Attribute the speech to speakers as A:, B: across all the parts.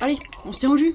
A: Allez, on se tient au jus.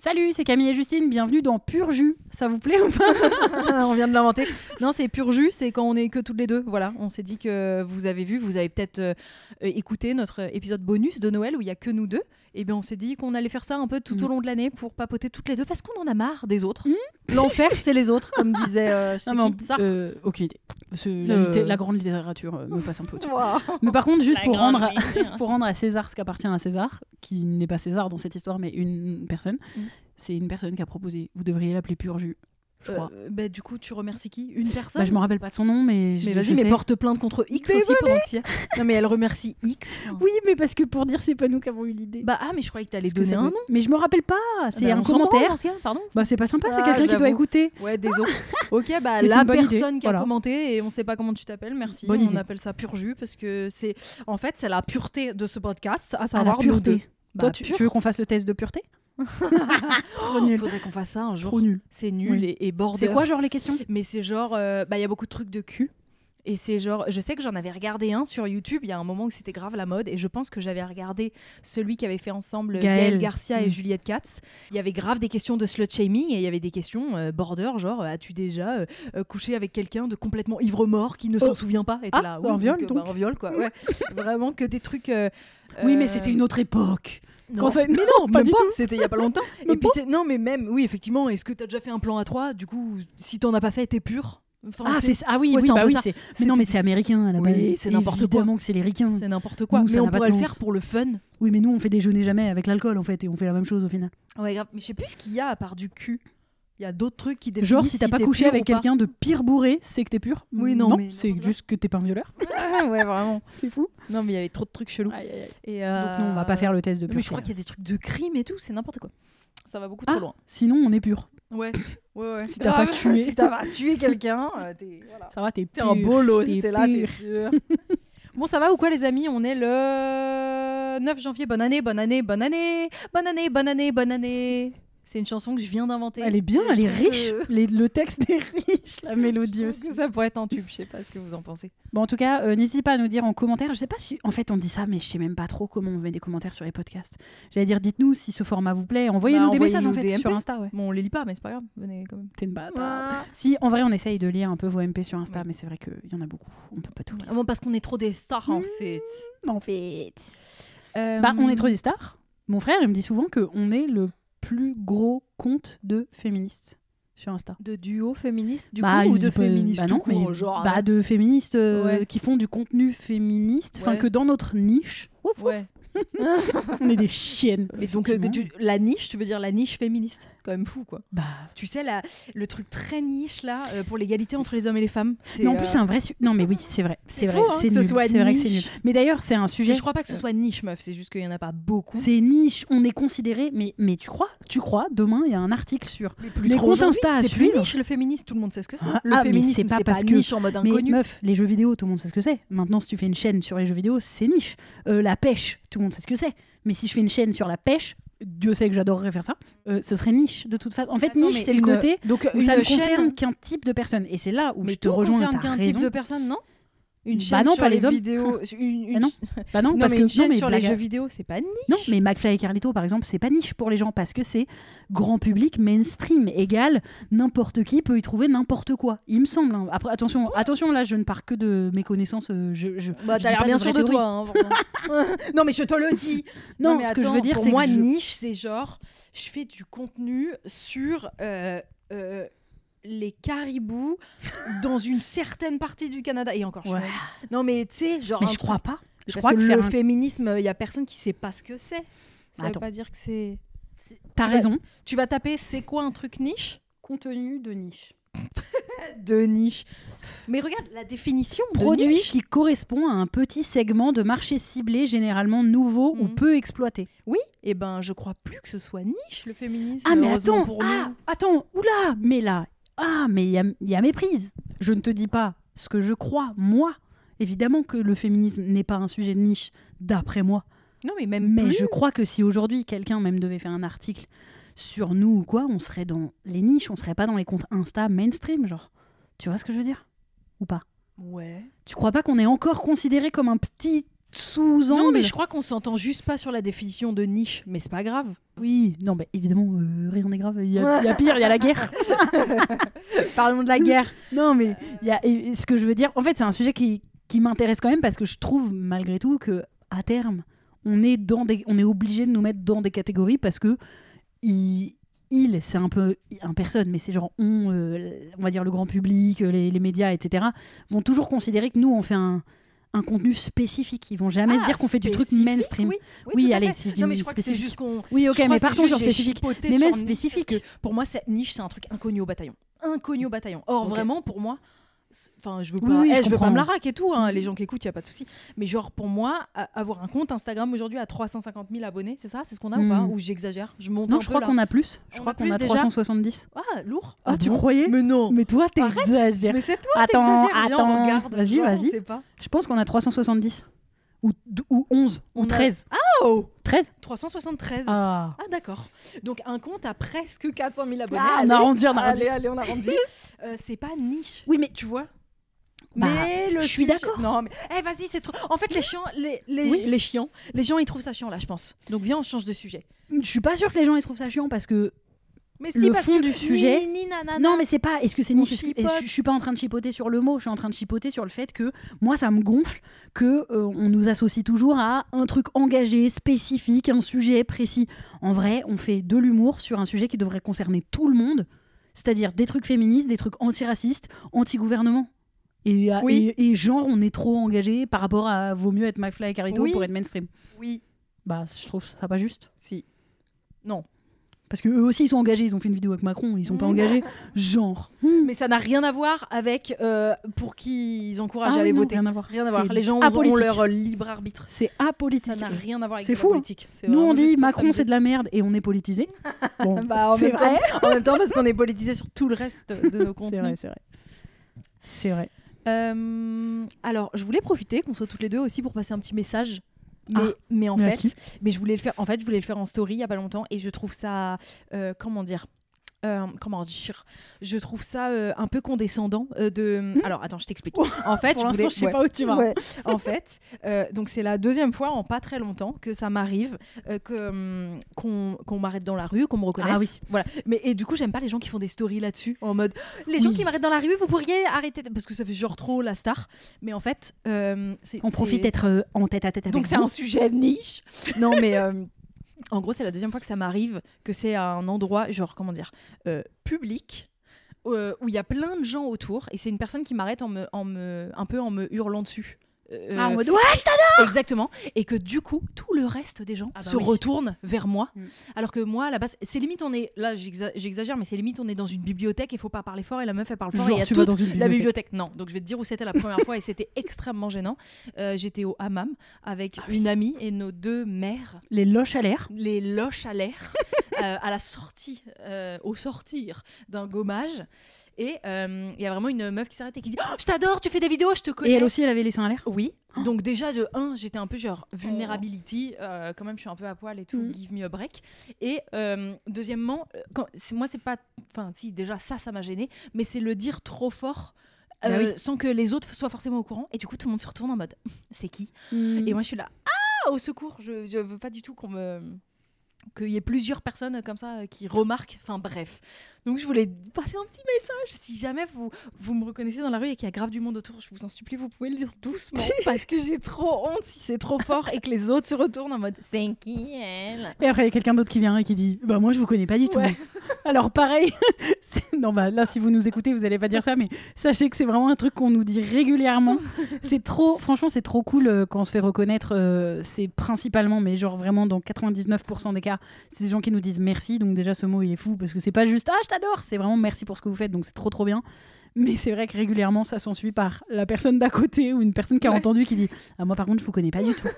B: Salut, c'est Camille et Justine, bienvenue dans Pur Jus. Ça vous plaît ou pas On vient de l'inventer. Non, c'est Pur Jus, c'est quand on est que toutes les deux. Voilà, on s'est dit que vous avez vu, vous avez peut-être euh, écouté notre épisode bonus de Noël où il y a que nous deux. Et bien on s'est dit qu'on allait faire ça un peu tout au
A: Mm.
B: long de l'année pour papoter toutes les deux parce qu'on en a marre des autres. L'enfer, c'est les autres, comme disait euh, je sais
A: Non, Mm. Ah, mais en-
B: qui, Sartre.
A: euh, aucune idée. Parce que la,
B: Le-
A: litté- la grande littérature euh, me passe un peu au-dessus.
B: Wow.
A: Mais par contre, juste
C: La
A: pour
C: grande
A: rendre,
C: rivière.
A: à, pour rendre à César ce qu'appartient à César, qui n'est pas César dans cette histoire, mais une personne,
B: Mm.
A: c'est une personne qui a proposé. Vous devriez l'appeler Pur Jus, je crois.
B: Euh, bah, du coup, tu remercies qui Une personne
A: Bah, je me rappelle pas de son nom, mais, je-
B: Mais
A: je
B: vas-y, mais
A: sais.
B: porte plainte contre X aussi pendant que t'y es. Non, mais elle remercie X.
A: Oui, mais parce que pour dire, c'est pas nous qui avons eu l'idée.
B: Bah, ah, mais je croyais que t'allais
A: Parce que
B: donner
A: ça
B: un
A: doit- Ah,
B: nom.
A: Mais je me rappelle pas. C'est
B: Bah,
A: un
B: on s'en branle
A: commentaire.
B: dans ce cas, pardon.
A: Bah, c'est pas sympa, c'est
B: Ah,
A: quelqu'un qui doit
B: j'avoue.
A: écouter.
B: Ouais, désolé. ok, bah
A: Mais Ah c'est
B: la
A: une bonne idée,
B: personne qui a
A: voilà.
B: commenté et on sait pas comment tu t'appelles, merci.
A: Bonne
B: on
A: idée.
B: appelle ça pur jus parce que c'est en fait c'est la pureté de ce podcast, à savoir nous deux. Bah,
A: Ah, Toi, tu,
B: pur.
A: tu veux qu'on fasse le test de pureté Trop nul.
B: Faudrait qu'on fasse ça un jour.
A: Trop nul.
B: C'est nul
A: Oui.
B: et, et border.
A: C'est quoi, genre, les questions
B: Mais c'est genre, euh, bah il y a beaucoup de trucs de cul. Et c'est genre, je sais que j'en avais regardé un sur YouTube, il y a un moment où c'était grave la mode, et je pense que j'avais regardé celui qui avait fait ensemble Gaël,
A: Gaël.
B: Garcia et
A: Mm.
B: Juliette Katz. Il y avait grave des questions de slut shaming, et il y avait des questions euh, border, genre, euh, as-tu déjà euh, euh, couché avec quelqu'un de complètement ivre-mort qui ne s'en
A: Oh.
B: souvient pas Et t'es
A: Ah,
B: là,
A: un
B: oui,
A: viol,
B: euh,
A: donc.
B: bah, Un viol, quoi. Ouais. Vraiment que des trucs. euh,
A: Oui, mais
B: euh,
A: c'était une autre époque.
B: non.
A: Quand ça-
B: Mais non,
A: pas
B: même
A: du
B: pas,
A: tout.
B: c'était il y a pas longtemps. Et
A: Même
B: puis c'est- non, mais même oui, effectivement, est-ce que t'as déjà fait un plan à 3 Du coup, si t'en as pas fait, t'es pur. Enfin,
A: Ah,
B: t'es-
A: c'est ça. Ah oui,
B: Ouais,
A: oui,
B: c'est un
A: bah
B: peu
A: oui,
B: ça.
A: c'est. Mais non, mais c'est américain à la
B: Oui,
A: base.
B: c'est n'importe quoi.
A: Évidemment que c'est les ricains.
B: c'est n'importe quoi.
A: Nous, ça
B: mais on
A: n'a pas de
B: pourrait le
A: sens.
B: faire pour le fun.
A: Oui, mais nous, on fait déjeuner jamais avec l'alcool, en fait, et on fait la même chose au final.
B: Ouais, grave. Mais je sais plus ce qu'il y a à part du cul. Il y a d'autres trucs qui définissent
A: Genre, si t'as pas
B: t'es
A: couché
B: pur ou
A: avec
B: pas.
A: quelqu'un de pire bourré, c'est que t'es pur.
B: Oui, non,
A: Non,
B: mais
A: c'est
B: n'importe
A: juste que t'es pas un violeur.
B: Ah, ouais, vraiment.
A: C'est fou.
B: Non, mais il y avait trop de trucs chelous. Et euh,
A: Donc, non, on va pas faire le test de
B: Mais je
A: pureté.
B: crois qu'il y a des trucs de crime et tout. C'est n'importe quoi. Ça va beaucoup
A: Ah.
B: trop loin.
A: Sinon, on est pur.
B: Ouais, ouais, ouais. Si
A: t'as pas tué.
B: si t'as pas tué quelqu'un, euh, t'es voilà.
A: Ça va, t'es
B: T'es
A: pur.
B: un bolo,
A: t'es
B: c'était là, t'es
A: pur.
B: pur. Bon, ça va ou quoi, les amis On est le 9 janvier. Bonne année, bonne année, bonne année, bonne année, bonne année, bonne année. C'est une chanson que je viens d'inventer.
A: Elle est bien,
B: Et je
A: elle est
B: trouve
A: riche.
B: que-
A: Les- le texte est riche, la mélodie
B: je
A: aussi.
B: trouve que ça pourrait être un tube. Je sais pas ce que vous en pensez.
A: Bon, en tout cas, euh, n'hésitez pas à nous dire en commentaire. Je sais pas si, en fait, on dit ça, mais je sais même pas trop comment on met des commentaires sur les podcasts. J'allais dire, dites-nous si ce format vous plaît. Envoyez-nous
B: Bah,
A: des messages en
B: envoyez-nous
A: fait
B: des
A: sur
B: MP.
A: Insta. Ouais.
B: Bon, on les lit pas, mais c'est pas grave. Venez quand même.
A: T'es une bâtarde.
B: Ah.
A: Si, en vrai, on essaye de lire un peu vos MP sur Insta,
B: Ouais.
A: mais c'est vrai qu'il y en a beaucoup. On peut pas tout lire.
B: Bon, parce qu'on est trop des stars en fait. Euh,
A: En fait, bah,
B: Hum.
A: on est trop des stars. Mon frère, il me dit souvent que on est le plus gros compte de féministes sur Insta.
B: de duo féministe du
A: Bah,
B: coup ou
A: il
B: de
A: peut-
B: féministe
A: bah
B: tout
A: non,
B: court,
A: mais-
B: genre. hein.
A: bah, de féministes euh,
B: Ouais.
A: qui font du contenu féministe, enfin
B: Ouais.
A: que dans notre niche, ouf, ouf,
B: ouais.
A: on est des chiennes.
B: Mais donc euh, que
A: Effectivement.
B: tu- la niche, tu veux dire la niche féministe, quand même fou quoi.
A: Bah,
B: Tu sais la, le truc très niche là euh, pour l'égalité entre les hommes et les femmes. c'est,
A: non, en
B: euh,
A: plus c'est un vrai su- non mais oui c'est vrai c'est
B: C'est
A: vrai
B: fou, hein,
A: c'est
B: que ce
A: nul
B: soit
A: c'est vrai que c'est nul
B: niche.
A: mais d'ailleurs c'est un sujet
B: je crois pas que ce soit niche meuf, c'est juste qu'il y en a pas beaucoup.
A: c'est niche on est considéré mais mais tu crois tu crois demain il y a un article sur
B: Mais
A: les
B: trop
A: comptes
B: aujourd'hui,
A: Insta à
B: c'est plus
A: suivre.
B: niche le féministe, tout le monde sait ce que c'est.
A: Ah,
B: le
A: ah, mais
B: féminisme,
A: c'est pas parce que-
B: niche en mode
A: mais
B: inconnu.
A: meuf les jeux vidéo tout le monde sait ce que c'est maintenant si tu fais une chaîne sur les jeux vidéo c'est niche Euh, la pêche tout le monde sait ce que c'est mais si je fais une chaîne sur la pêche Dieu sait que j'adorerais faire ça euh, ce serait niche de toute façon en fait
B: Attends,
A: niche
B: mais
A: c'est le
B: une-
A: côté
B: donc
A: où ça
B: une
A: ne
B: chaîne-
A: concerne qu'un type de personne et c'est là où
B: mais
A: je te
B: tout
A: rejoins
B: concerne
A: t'as
B: qu'un
A: raison.
B: type de personne, non Une
A: Bah
B: chaîne
A: non,
B: sur
A: pas les
B: les
A: hommes.
B: vidéos, une, une-
A: Bah non, bah non,
B: Non,
A: parce
B: mais
A: que
B: une chaîne
A: non, mais
B: sur les
A: blague à-
B: jeux vidéo, c'est pas niche.
A: Non, mais McFly et Carlito, par exemple, c'est pas niche pour les gens parce que c'est grand public, mainstream, égal, n'importe qui peut y trouver n'importe quoi, il me semble. hein. Après, attention, attention, là, je ne pars que de mes connaissances. euh, je, je,
B: Bah,
A: je
B: t'as
A: dis
B: l'air
A: pas
B: bien
A: de
B: sûr
A: vraie
B: de
A: théorie.
B: toi. hein, vraiment. non, mais je te le dis.
A: Non,
B: mais
A: ce que je
B: attends,
A: veux dire,
B: pour
A: c'est que
B: moi,
A: je-
B: niche, c'est genre, je fais du contenu sur euh, euh, les caribous dans une certaine partie du Canada. Et encore, je
A: Ouais.
B: suis mal. Non, mais tu sais, genre.
A: Mais
B: un
A: je
B: truc-
A: crois pas. Je
B: parce
A: crois que,
B: que
A: faire
B: le euh,
A: un-
B: féminisme, il y a personne qui sait pas ce que c'est. Ça veut
A: Attends.
B: pas dire que c'est.
A: T'as
B: Tu vas-
A: raison.
B: Tu vas taper c'est quoi un truc niche
A: Contenu de niche.
B: De niche. Mais regarde la définition de
A: Produit
B: niche.
A: qui correspond à un petit segment de marché ciblé généralement nouveau ou
B: Mhm.
A: peu exploité.
B: Oui, et ben je crois plus que ce soit niche le féminisme.
A: Ah mais
B: heureusement
A: attends,
B: pour
A: ah,
B: nous.
A: attends, oula, mais là, ah mais il y a, il y a méprise. Je ne te dis pas ce que je crois, moi. Évidemment que le féminisme n'est pas un sujet de niche, d'après moi.
B: Non mais même
A: Mais
B: plus.
A: je crois que si aujourd'hui quelqu'un même devait faire un article sur nous ou quoi, on serait dans les niches, on serait pas dans les comptes Insta mainstream, genre. Tu vois ce que je veux dire Ou pas
B: Ouais.
A: Tu crois pas qu'on est encore considéré comme un petit sous-angle
B: Non mais je crois qu'on s'entend juste pas sur la définition de niche, mais c'est pas grave.
A: Oui, non, mais évidemment, euh, rien n'est grave. Il y, a il y a pire, il y a la guerre.
B: Parlons de la guerre.
A: Non, mais il y a, et- et ce que je veux dire, en fait, c'est un sujet qui, qui m'intéresse quand même parce que je trouve malgré tout que à terme, on est dans des, on est obligé de nous mettre dans des catégories parce que il, il, c'est un peu un personne, mais c'est genre on, euh, on va dire le grand public, euh, les, les médias, etc. vont toujours considérer que nous on fait un, un contenu spécifique. Ils vont jamais se dire qu'on fait du truc
B: Ah, spécifique,
A: mainstream.
B: Oui, oui,
A: Oui,
B: tout à
A: allez,
B: fait.
A: si je dis
B: non, mais je crois que c'est
A: spécifique.
B: juste qu'on.
A: Oui,
B: je
A: ok,
B: crois
A: mais
B: que c'est
A: partons
B: juste
A: sur
B: j'ai
A: spécifique.
B: chipoté
A: Mais
B: sur
A: même
B: niche,
A: spécifique.
B: parce que pour moi, c'est niche, c'est un truc inconnu au bataillon. Inconnu au bataillon. Or,
A: Ok.
B: vraiment, pour moi. c'est- Enfin, je veux pas,
A: Oui, oui,
B: eh,
A: je
B: je, veux pas
A: comprends.
B: me la raque et tout. hein, Les gens qui écoutent, il y a pas de souci. Mais genre pour moi, a- avoir un compte Instagram aujourd'hui à 350 000 abonnés, c'est ça, c'est ce qu'on a ou
A: Hmm.
B: pas Ou j'exagère Je monte un
A: Non, je
B: peu,
A: crois
B: là.
A: qu'on a plus. Je
B: On
A: crois
B: a
A: qu'on
B: plus
A: a
B: déjà
A: 370.
B: Ah lourd.
A: Ah, tu
B: bon
A: croyais
B: Mais non.
A: Mais toi,
B: Arrête.
A: t'exagères.
B: Mais c'est toi.
A: Attends,
B: t'exagères. Là, on
A: attends,
B: regarde,
A: vas-y,
B: genre, on
A: vas-y.
B: sait pas.
A: Je pense qu'on a 370. Ou, d- ou 11,
B: On
A: ou
B: a-
A: 13.
B: Oh
A: 13
B: 373. Ah,
A: Ah,
B: d'accord. Donc un compte à presque 400 000 abonnés.
A: Ah, on
B: Allez,
A: arrondit, on arrondit.
B: Allez, allez, on arrondit. Euh, c'est pas niche.
A: Oui, mais
B: Tu vois
A: Bah,
B: mais le
A: je suis
B: sujet-
A: d'accord.
B: Non, mais eh, vas-y, c'est trop. En fait, les chiants, les, les,
A: Oui.
B: les chiants, les gens, ils trouvent ça chiant là, je pense. Donc viens, on change de sujet.
A: je suis pas sûre que les gens ils trouvent ça chiant parce que.
B: Mais
A: Le fond du sujet-
B: Ni, ni, nanana.
A: non, mais c'est pas. Est-ce que c'est
B: Ah bah. on
A: niche est-ce que-
B: chipote.
A: est-ce que- Je suis pas en train de chipoter sur le mot, je suis en train de chipoter sur le fait que moi ça me gonfle que euh, on nous associe toujours à un truc engagé, spécifique, un sujet précis. En vrai, on fait de l'humour sur un sujet qui devrait concerner tout le monde, c'est-à-dire des trucs féministes, des trucs antiracistes, anti-gouvernement. Et, euh,
B: Oui.
A: et- et genre, on est trop engagé par rapport à vaut mieux être McFly et Carito
B: Oui.
A: pour être mainstream.
B: Oui,
A: Bah, je trouve ça pas juste.
B: si.
A: Parce que eux aussi, ils sont engagés. Ils ont fait une vidéo avec Macron. Ils sont pas
B: Mm.
A: engagés. Genre.
B: Mais ça n'a rien à voir avec euh, pour qui ils encouragent à
A: Ah
B: aller
A: oui, non,
B: voter.
A: Rien à voir.
B: Rien à voir.
A: C'est
B: Les gens ont- ont,
A: apolitique.
B: leur euh, libre arbitre.
A: C'est
B: Ça
A: apolitique.
B: n'a rien à voir avec
A: C'est
B: la
A: fou, hein.
B: politique. C'est
A: Nous, on
B: vraiment juste
A: dit
B: pour
A: Macron,
B: s'amuser.
A: c'est de la merde et on est politisé. Bon,
B: Bah, en
A: c'est
B: même temps,
A: vrai.
B: En même temps, parce qu'on est politisé sur tout le reste de nos
A: C'est
B: contenus.
A: vrai, c'est vrai. C'est vrai.
B: Euh, alors, je voulais profiter qu'on soit toutes les deux aussi pour passer un petit message. Mais,
A: Ah,
B: mais en
A: mais à
B: fait,
A: qui
B: mais je voulais le faire. En fait, je voulais le faire en story il y a pas longtemps et je trouve ça, euh, comment dire, euh, comment dire, je trouve ça euh, un peu condescendant euh, de.
A: Hmm
B: Alors, attends, je t'explique. En fait, je voulais- ouais.
A: pas où tu
B: Ouais. en fait, euh, donc c'est la deuxième fois en pas très longtemps que ça m'arrive euh, que, hum, qu'on qu'on m'arrête dans la rue, qu'on me reconnaisse.
A: Ah oui.
B: Voilà. Mais et du coup, j'aime pas les gens qui font des stories là-dessus en mode les gens
A: Oui.
B: qui m'arrêtent dans la rue, vous pourriez arrêter de- parce que ça fait genre trop la star. Mais en fait, euh, c'est-
A: On
B: c'est-
A: profite d'être euh, en tête à tête avec
B: donc c'est
A: vous.
B: un sujet de niche. Non mais euh, en gros c'est la deuxième fois que ça m'arrive que c'est à un endroit genre comment dire euh, public euh, où il y a plein de gens autour et c'est une personne qui m'arrête en me, en me un peu en me hurlant dessus. Euh,
A: Ah, en mode, ouais,
B: Exactement. Et que du coup, tout le reste des gens
A: Ah bah
B: se
A: oui.
B: retournent vers moi.
A: Mm.
B: Alors que moi, à la base, c'est limite, on est. Là, j'exa- j'exagère, mais c'est limite, on est dans une bibliothèque et faut pas parler fort et la meuf, elle parle fort. et il y
A: Genre,
B: a
A: tu vas
B: toute
A: dans une bibliothèque.
B: la bibliothèque, non. Donc je vais te dire où c'était la première fois et c'était extrêmement gênant. Euh, J'étais au hammam avec
A: Ah
B: une amie et nos deux mères,
A: Les loches à l'air.
B: les loches à l'air, euh, à la sortie, euh, au sortir d'un gommage. Et euh, il y a vraiment une meuf qui s'arrête et qui dit Oh, Je t'adore, tu fais des vidéos, je te connais.
A: Et elle aussi, elle avait les seins à l'air.
B: Oui. Donc déjà de 1, j'étais un peu genre vulnerability, euh, quand même je suis un peu à poil et tout,
A: Oh. Mm.
B: give me a break. Et euh, deuxièmement, euh, quand, c'est- moi c'est pas, enfin si déjà ça, ça m'a gêné, mais c'est le dire trop fort.
A: Bah
B: euh, sans que les autres soient forcément au courant et du coup tout le monde se retourne en mode c'est qui
A: Hmm.
B: et moi je suis là ah au secours je, je veux pas du tout qu'on me qu'il y ait plusieurs personnes comme ça euh, qui remarquent enfin bref donc je voulais passer un petit message si jamais vous vous me reconnaissez dans la rue et qu'il y a grave du monde autour je vous en supplie vous pouvez le dire doucement parce que j'ai trop honte si c'est trop fort et que les autres se retournent en mode c'est qui elle
A: Et après, il y a quelqu'un d'autre qui vient et qui dit Bah, moi, je vous connais pas du tout.
B: Ouais.
A: Alors, pareil, c'est- Non, bah là, si vous nous écoutez, vous allez pas dire ça, mais sachez que c'est vraiment un truc qu'on nous dit régulièrement. C'est trop, franchement, c'est trop cool euh, quand on se fait reconnaître. euh, c'est principalement, mais genre vraiment dans 99% des cas, c'est des gens qui nous disent merci. Donc déjà, ce mot, il est fou parce que c'est pas juste ah, je t'adore. C'est vraiment merci pour ce que vous faites. Donc c'est trop, trop bien. Mais c'est vrai que régulièrement, ça s'ensuit par la personne d'à côté ou une personne qui a
B: Ouais.
A: entendu qui dit ah moi par contre, je vous connais pas du tout.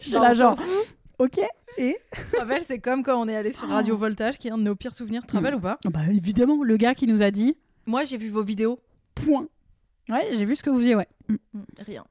A: Je suis
B: Genre,
A: là,
B: on
A: genre
B: s'en
A: ok. Et
B: te rappelle, c'est comme quand on est allé sur Radio Voltage, qui est un de nos pires souvenirs. Tu te rappelles ou pas
A: Ah bah évidemment, le gars qui nous a dit
B: Mm. Moi, j'ai vu vos vidéos.
A: point. Ouais, j'ai vu ce que vous faisiez, ouais.
B: Mm, Rien.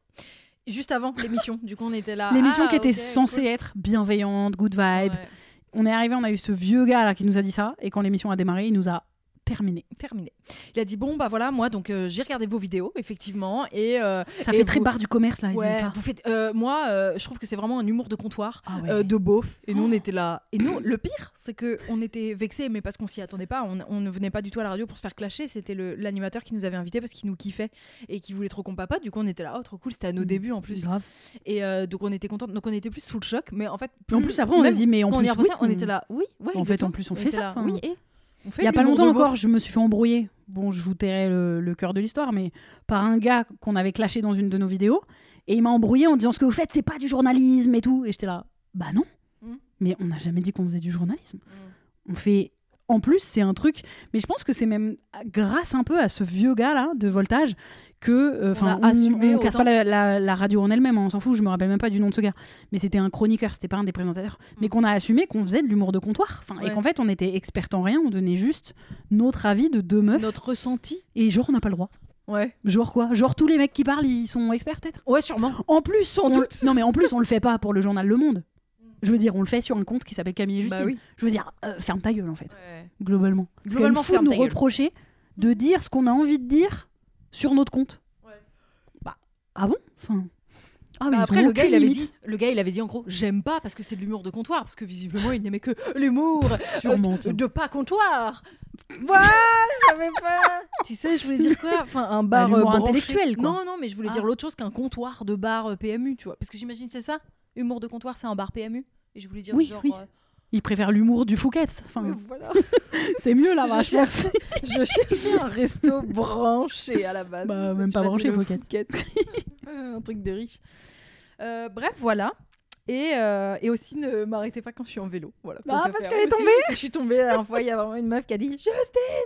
B: Juste avant l'émission, du coup, on était là.
A: L'émission
B: Ah,
A: qui était
B: ok,
A: censée
B: cool.
A: être bienveillante, good vibe.
B: Ouais.
A: On est arrivé, on a eu ce vieux gars là qui nous a dit ça, et quand l'émission a démarré, il nous a terminé.
B: terminé. Il a dit bon bah voilà moi donc euh, j'ai regardé vos vidéos effectivement et euh,
A: Ça
B: Et
A: fait très
B: vous-
A: barre du commerce là, Ah, il
B: ouais,
A: disait ça.
B: vous faites euh, moi euh, je trouve que c'est vraiment un humour de comptoir
A: Ah ouais. Oh.
B: euh, de beauf et nous on était là et nous le pire c'est que on était vexés mais parce qu'on s'y attendait pas on, on ne venait pas du tout à la radio pour se faire clasher c'était le- l'animateur qui nous avait invités parce qu'il nous kiffait et qui voulait trop qu'on papote du coup on était là oh trop cool c'était à nos
A: Mm.
B: débuts en plus
A: Grave.
B: et euh, donc on était contents donc on était plus sous le choc mais en fait
A: Mais en
B: plus-
A: plus, après, on a
B: même
A: dit, mais en
B: quand on
A: plus,
B: y repensait,
A: oui,
B: on était là oui ouais,
A: En fait, en
B: exactement.
A: plus, on
B: On
A: fait
B: était
A: ça.
B: là,
A: enfin,
B: oui et on fait
A: Il y a pas
B: l'humour de
A: longtemps
B: beauf.
A: encore, je me suis fait embrouiller. Bon, je vous tairai le, le cœur de l'histoire, mais par un gars qu'on avait clashé dans une de nos vidéos, et il m'a embrouillé en disant ce que vous faites, c'est pas du journalisme et tout. Et j'étais là, bah non.
B: Mm.
A: Mais on n'a jamais dit qu'on faisait du journalisme.
B: Hmm.
A: On fait. En plus, c'est un truc. Mais je pense que c'est même grâce un peu à ce vieux gars là de Voltage que, euh, enfin,
B: a
A: on,
B: assumé
A: on casse pas
B: autant.
A: la, la- la radio en elle-même. hein, on s'en fout. Je me rappelle même pas du nom de ce gars. Mais c'était un chroniqueur, c'était pas un des présentateurs. Mais
B: Mm.
A: qu'on a assumé qu'on faisait de l'humour de comptoir. Enfin, et
B: Ouais.
A: qu'en fait, on était expert en rien. On donnait juste notre avis de deux meufs
B: notre ressenti
A: et genre on n'a pas le droit.
B: ouais
A: Genre quoi Genre tous les mecs qui parlent ils sont experts peut-être
B: Ouais, sûrement.
A: En plus, sans
B: doute. Mm.
A: Non mais en plus on le fait pas pour le journal Le Monde. Je veux dire, on le fait sur un compte qui s'appelle Camille et Justine.
B: Bah oui.
A: Je veux dire, euh, ferme ta gueule en fait, globalement. C'est quand même
B: Globalement,
A: fou de
B: ferme
A: nous
B: ta gueule.
A: reprocher de dire ce qu'on a envie de dire sur notre compte.
B: Ouais.
A: Bah, ah bon Enfin. Ah, mais
B: Bah
A: ils
B: après,
A: ont
B: le gars,
A: aucune
B: il avait
A: limite,
B: dit, le gars, il avait dit en gros, j'aime pas parce que c'est de l'humour de comptoir, parce que visiblement, il n'aimait que l'humour
A: sûrement,
B: euh,
A: tiens.
B: de pas comptoir. Ouais, j'avais pas. tu sais, je voulais dire quoi Enfin, un bar
A: l'humour
B: euh, branché.
A: intellectuel, quoi.
B: Non, non, mais je voulais
A: Ah.
B: dire l'autre chose qu'un comptoir de bar euh, PMU, tu vois. Parce que j'imagine, c'est ça Humour de comptoir, c'est un bar PMU et je voulais dire
A: Oui,
B: genre.
A: oui.
B: euh,
A: Il préfère l'humour du Fouquet. Enfin,
B: oui, voilà.
A: c'est mieux là,
B: Je
A: vache.
B: cherche- je cherchais un resto branché à la base.
A: Bah,
B: Tu
A: même pas
B: m'as dit
A: branché,
B: le
A: Pocket.
B: Pocket. un truc de riche. Euh, bref, voilà. Et, euh, et aussi, ne m'arrêtez pas quand je suis en vélo. Voilà,
A: Ah,
B: Tant qu'à
A: parce
B: faire.
A: qu'elle est
B: Aussi,
A: tombée
B: parce que Je suis tombée la dernière fois. Il y a vraiment une meuf qui a dit Justine,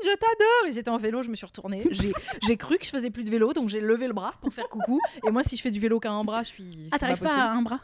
B: je t'adore Et j'étais en vélo, je me suis retournée. J'ai- J'ai cru que je faisais plus de vélo, donc j'ai levé le bras pour faire coucou. Et moi, si je fais du vélo qu'à un bras, je suis.
A: Ah,
B: c'est
A: t'arrives pas,
B: possible.
A: à un bras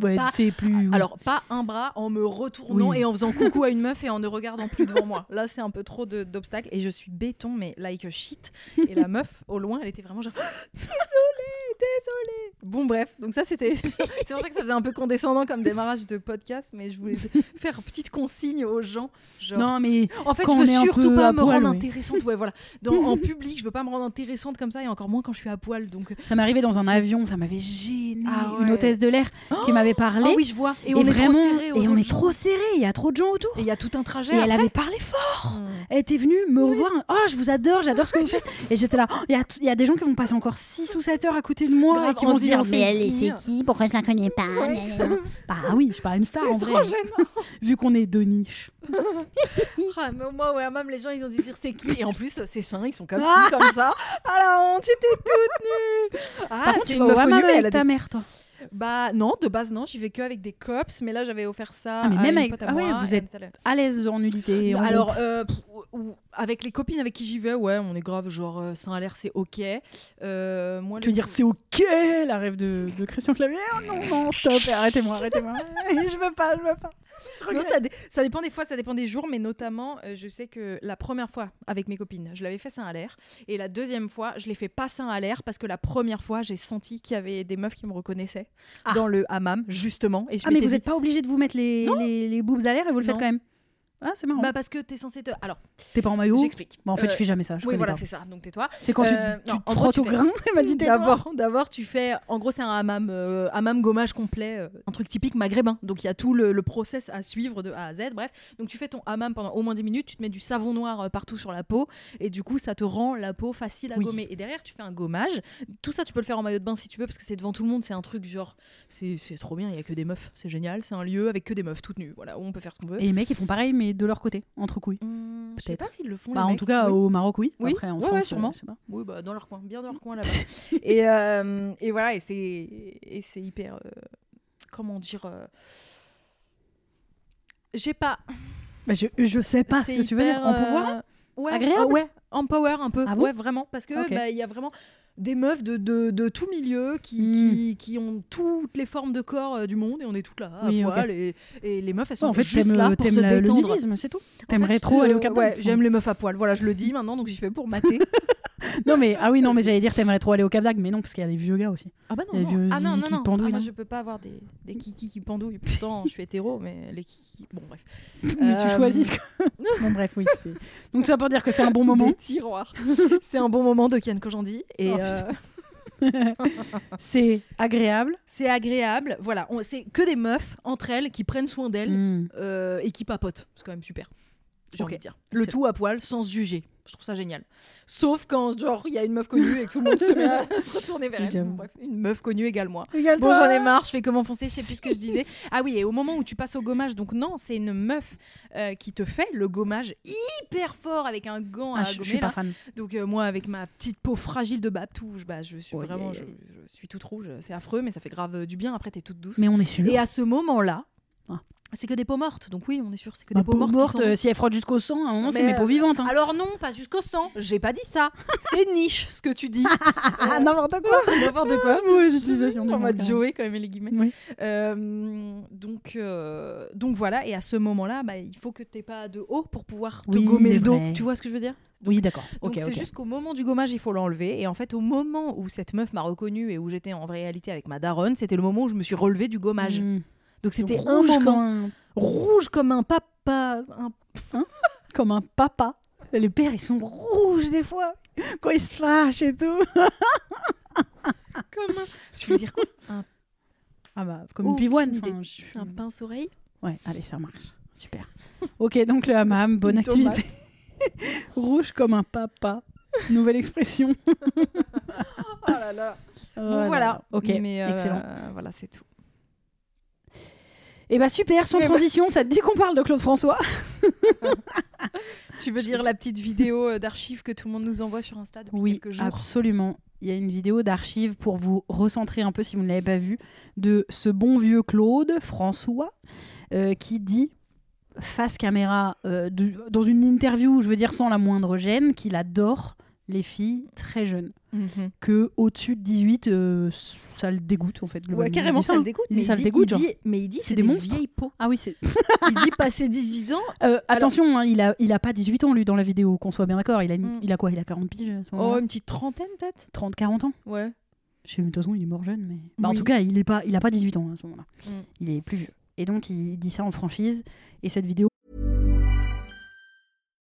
A: Ouais,
B: Pas-
A: c'est plus.
B: Alors, pas un bras en me retournant
A: Oui.
B: et en faisant coucou à une meuf et en ne regardant plus devant moi. Là, c'est un peu trop de- d'obstacles et je suis béton, mais like a shit. Et la meuf, au loin, elle était vraiment genre Désolée, désolée. Bon, bref, donc ça, c'était. c'est pour ça que ça faisait un peu condescendant comme démarrage de podcast, mais je voulais faire petite consigne aux gens. Genre,
A: Non, mais
B: en fait,
A: Quand
B: je veux
A: on est un
B: surtout
A: peu
B: pas
A: à
B: me
A: poil,
B: rendre
A: oui.
B: intéressante. Ouais, voilà. Dans, en public, je veux pas me rendre intéressante comme ça et encore moins quand je suis à poil. Donc,
A: Ça m'est arrivé dans un
B: C'est-
A: avion, ça m'avait gêné.
B: Ah ouais.
A: Une hôtesse de l'air qui m'avait parlé.
B: ah oui, je vois. Et,
A: Oh et
B: on
A: vraiment,
B: est trop serré. aux
A: et on
B: autres
A: est trop
B: gens.
A: serré. Il y a trop de gens autour.
B: Et il y a tout un trajet.
A: Et elle
B: après.
A: avait parlé fort.
B: Hmm.
A: Elle était venue me revoir. Oh, je vous adore, j'adore ce que vous faites. Et j'étais là. Oh, Il y a t- il y, a des gens qui vont passer encore 6 ou 7 heures à côté de moi
B: Grave,
A: et qui
B: en
A: vont
B: se
A: se dire
B: disant,
A: Mais
B: c'est
A: elle est
B: qui,
A: c'est
B: hein
A: qui Pourquoi je la connais pas Gna, gna, gna. Bah oui, je suis pas une star en vrai. Vu qu'on est deux niches.
B: Ah, mais moi, ouais, même les gens, ils ont dû dire c'est qui. Et en plus, c'est sains, ils sont comme ci, comme ça. Ah la honte, j'étais toute nue. Ah,
A: Par contre, tu vas au hammam avec ta mère, toi.
B: Bah non, de base, non, j'y vais que avec des cops, mais là, j'avais offert ça.
A: Ah, mais
B: à
A: même
B: une
A: avec-
B: pote à
A: ah ouais,
B: moi,
A: vous
B: et
A: êtes-
B: tout à l'heure.
A: À l'aise en nudité. en
B: Alors,
A: groupe.
B: euh, pff, ou- ou- avec les copines avec qui j'y vais, ouais, on est grave, genre, euh, sain à l'air, c'est ok. Euh, moi,
A: Tu veux
B: les-
A: dire c'est ok la rêve de, de Christian Clavier Oh Non, non, stop, arrêtez-moi, arrêtez-moi. je veux pas, je veux pas. Je
B: Non,
A: regrette.
B: ça, dé- ça dépend des fois, ça dépend des jours, mais notamment, euh, je sais que la première fois avec mes copines, je l'avais fait sain à l'air. Et la deuxième fois, je l'ai fait pas sain à l'air parce que la première fois, j'ai senti qu'il y avait des meufs qui me reconnaissaient
A: Ah.
B: dans le hammam, justement. Et je
A: Ah mais
B: m'étais
A: vous
B: dit,
A: n'êtes pas obligé de vous mettre les, les, les boobs à l'air et vous le faites
B: Non.
A: quand même. Ah c'est marrant.
B: Bah, parce que t'es censé te. Alors,
A: T'es pas en maillot.
B: j'explique.
A: Bah, en fait
B: Euh,
A: je fais jamais ça. Je
B: oui,
A: connais
B: voilà,
A: pas.
B: c'est ça. Donc tais-toi.
A: C'est quand tu,
B: Euh,
A: tu
B: non,
A: te
B: en gros,
A: frottes
B: tu
A: au
B: fais-
A: grain. Elle m'a dit tais-toi.
B: D'abord, d'abord, tu fais. En gros, c'est un hammam, euh, hammam gommage complet, euh, un truc typique maghrébin. Donc, il y a tout le, le process à suivre de A à Z. Bref, donc tu fais ton hammam pendant au moins 10 minutes. Tu te mets du savon noir euh, partout sur la peau. Et du coup, ça te rend la peau facile à
A: Oui.
B: gommer. Et derrière, tu fais un gommage. Tout ça, tu peux le faire en maillot de bain si tu veux, parce que c'est devant tout le monde. C'est un truc genre. C'est c'est trop bien, il y a que des meufs. C'est génial. C'est un lieu avec que des meufs toutes nues. Voilà, où on peut faire ce qu'on veut.
A: Et les mecs ils font pareil mais mais de leur côté, entre couilles.
B: Je sais pas s'ils le font.
A: Bah,
B: les
A: en
B: mecs.
A: tout cas,
B: Oui.
A: au Maroc, oui.
B: Oui.
A: Après, en
B: Ouais,
A: France,
B: ouais,
A: euh,
B: sûrement.
A: je sais pas.
B: Oui, bah, dans leur coin, bien dans leur coin là-bas. et, euh, et voilà, et c'est et c'est hyper. euh, comment dire euh, J'ai pas.
A: Bah, je, je sais pas ce
B: c'est
A: que tu veux dire.
B: hyper,
A: En pouvoir
B: euh, ouais,
A: Agréable
B: euh, Ouais, empower un peu.
A: Ah bon
B: ouais, vraiment. Parce que bah,
A: Ok.
B: il y a vraiment des meufs de, de, de tout milieu qui,
A: Mm.
B: qui, qui ont toutes les formes de corps euh, du monde et on est toutes là, à
A: Oui, ok.
B: poil. Et, et les meufs, elles sont
A: En fait,
B: juste
A: t'aimes euh,
B: là pour
A: t'aimes
B: se
A: la- le
B: détendre.
A: nudisme, c'est tout.
B: En fait,
A: T'aimerais trop
B: je-
A: aller au Cap
B: ouais,
A: d'Agde.
B: J'aime les meufs à poil. Voilà, je le dis maintenant, donc j'y fais pour mater.
A: Non mais ah oui non mais j'allais dire t'aimerais trop aller au Cap d'Agde mais non parce qu'il y a des vieux gars aussi.
B: Ah bah
A: Les
B: non,
A: vieux
B: non. Ah non,
A: zizi
B: non,
A: qui
B: non.
A: pendouillent,
B: Ah, moi,
A: là.
B: je peux pas avoir des, des kikis qui pendouillent. Pourtant, je suis hétéro, mais les kikis... Bon, bref.
A: mais tu
B: Euh,
A: choisis ce que. bon bref oui c'est. Donc ça pour dire que c'est un bon moment.
B: Des tiroirs. C'est un bon moment de Kian Kojandi. Et
A: Oh,
B: euh,
A: C'est agréable.
B: c'est agréable. Voilà, on- c'est que des meufs entre elles qui prennent soin d'elles
A: Mm.
B: euh, et qui papotent. C'est quand même super. J'ai
A: Ok.
B: envie de dire. Le
A: Excellent.
B: tout à poil, sans se juger. Je trouve ça génial. Sauf quand, genre, il y a une meuf connue et que tout le monde se met à se retourner vers elle.
A: J'avoue.
B: Bon, bref, une meuf connue égale moi. Bon,
A: Regarde-toi.
B: j'en ai marre, je fais comment foncer, je sais plus ce que je disais. Ah oui, et au moment où tu passes au gommage, donc non, c'est une meuf euh, qui te fait le gommage hyper fort avec un gant
A: Ah,
B: à
A: je je
B: gommer.
A: suis
B: là.
A: pas fan.
B: Donc euh, moi, avec ma petite peau fragile de babtouche, bah, je suis
A: Oh,
B: vraiment,
A: yeah,
B: je, je suis toute rouge, c'est affreux, mais ça fait grave euh, du bien, après t'es toute douce.
A: Mais on est sûr.
B: Et à ce moment-là,
A: Ah.
B: c'est que des peaux mortes, donc oui, on est sûr, c'est que
A: Bah,
B: des peaux mortes. qui sont-
A: euh, si elle frotte jusqu'au sang, à un moment
B: hein. Mais,
A: c'est mes
B: euh,
A: peaux vivantes. hein.
B: Alors non, pas jusqu'au sang, j'ai pas dit ça, c'est niche ce que tu dis.
A: Ah, n'importe quoi.
B: N'importe quoi.
A: Mauvaise utilisation des
B: En
A: mots,
B: mode
A: quand
B: Joey, quand même, et les guillemets.
A: Oui.
B: Euh, donc, euh, donc voilà, et à ce moment-là, bah, il faut que t'aies pas de haut pour pouvoir te
A: Oui,
B: gommer le
A: c'est
B: dos.
A: vrai.
B: Tu vois ce que je veux dire
A: Oui d'accord.
B: Donc
A: Ok
B: c'est
A: ok.
B: juste qu'au moment du gommage, il faut l'enlever. Et en fait, au moment où cette meuf m'a reconnue et où j'étais en réalité avec ma daronne, c'était le moment où je me suis relevée du gommage.
A: Mm.
B: Donc c'était
A: Donc,
B: un
A: rouge
B: moment
A: comme un, Ah,
B: rouge comme un papa. un-
A: comme un papa. Les pères ils sont rouges des fois quand ils se fâchent et tout.
B: comme un- Je veux dire quoi
A: Ah bah comme une
B: Aucune
A: pivoine.
B: idée.
A: enfin, je-
B: Un pince-oreille
A: Ouais, allez, ça marche. Super. ok, donc le hammam, bonne
B: Une tomate.
A: activité. Rouge comme un papa. Nouvelle expression. Ah,
B: Oh là là. Bon, voilà.
A: Ok,
B: Mais, euh,
A: excellent.
B: Voilà, c'est tout.
A: Et bah super, sans
B: Mais bah-
A: transition, ça te dit qu'on parle de Claude François
B: Tu veux dire la petite vidéo euh, d'archives que tout le monde nous envoie sur Insta depuis
A: Oui,
B: quelques jours
A: absolument. Il y a une vidéo d'archives pour vous recentrer un peu, si vous ne l'avez pas vue, de ce bon vieux Claude François euh, qui dit face caméra euh, de- dans une interview, je veux dire sans la moindre gêne, qu'il adore les filles très jeunes. que au-dessus de 18 euh, ça le dégoûte en fait globalement.
B: Ouais,
A: Il
B: carrément,
A: dit
B: ça, le dégoûte.
A: Il
B: mais
A: dit ça le
B: dit-
A: dégoûte.
B: il
A: genre.
B: dit- mais il dit, c'est
A: des
B: des,
A: monstres.
B: vieilles peaux.
A: Ah oui, c'est
B: Il dit, passé 18 ans.
A: Euh, attention, hein, il a il a pas 18 ans lui dans la vidéo, qu'on soit bien d'accord, il a une-
B: Mm.
A: il a quoi Il a 40 piges à ce moment-là
B: Oh, une petite trentaine peut-être
A: 30 40 ans.
B: Ouais.
A: Je sais, mais de toute façon, il est mort jeune mais bah, en
B: Oui.
A: tout cas, il est pas il a pas 18 ans hein, à ce moment-là.
B: Mm.
A: Il est plus vieux. Et donc il dit ça en franchise et cette vidéo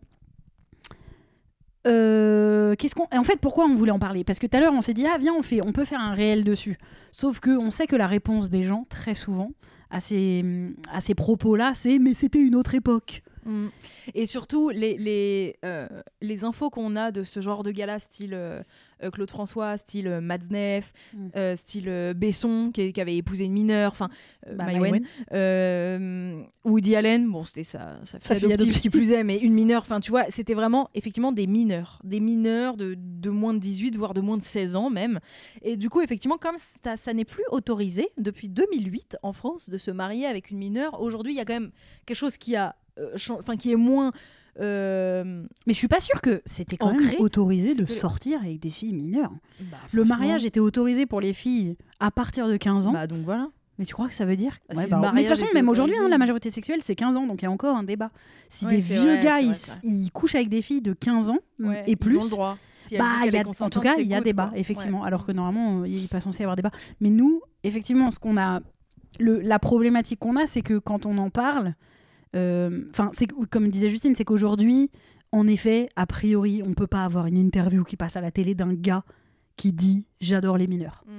A: Euh, qu'est-ce qu'on en fait pourquoi on voulait en parler parce que tout à l'heure on s'est dit ah viens on fait on peut faire un réel dessus sauf que on sait que la réponse des gens très souvent à ces à ces propos là c'est mais c'était une autre époque
B: Mm. Et surtout, les, les, euh, les infos qu'on a de ce genre de gala, style euh, euh, Claude François, style euh, Mads Neff,
A: Mm.
B: euh, style euh, Besson, qui, qui avait épousé une mineure, enfin, euh,
A: Bah,
B: Maïwenn,
A: Maïwenn.
B: euh, Woody Allen, bon, c'était sa, sa fille
A: Sa fille
B: adoptive
A: adoptive.
B: qui plus est, mais une mineure, enfin, tu vois, c'était vraiment, effectivement, des mineurs, des mineurs de, de moins de 18, voire de moins de 16 ans même. Et du coup, effectivement, comme ça, ça n'est plus autorisé depuis 2008 en France de se marier avec une mineure, aujourd'hui, il y a quand même quelque chose qui a euh, chan- enfin qui est moins euh,
A: mais je suis pas sûre que c'était quand
B: Ancré,
A: même autorisé
B: c'est
A: de
B: que-
A: sortir avec des filles mineures le
B: franchement,
A: mariage était autorisé pour les filles à partir de 15 ans
B: bah donc voilà
A: mais tu crois que ça veut dire
B: Ah,
A: Ouais,
B: si le
A: bah, mais De
B: mariage
A: toute façon,
B: était
A: même aujourd'hui,
B: autorisé.
A: hein, la majorité sexuelle, c'est 15 ans, donc il y a encore un débat. Si
B: Ouais,
A: des
B: c'est
A: vieux
B: vrai,
A: gars,
B: c'est
A: ils,
B: vrai, c'est vrai.
A: ils couchent avec des filles de 15 ans
B: Ouais,
A: et plus,
B: ils ont le droit Si elle
A: bah,
B: dit
A: il
B: qu'elle
A: y
B: est
A: a, en
B: consentante,
A: tout cas,
B: c'est
A: il y a
B: good,
A: débat,
B: quoi.
A: effectivement.
B: Ouais.
A: Alors que normalement, euh, il n'est pas censé y avoir débat. Mais nous, effectivement, ce qu'on a le- la problématique qu'on a, c'est que quand on en parle, euh, enfin, c'est que- comme disait Justine, c'est qu'aujourd'hui, en effet, a priori, on peut pas avoir une interview qui passe à la télé d'un gars qui dit j'adore les mineurs.
B: Mm,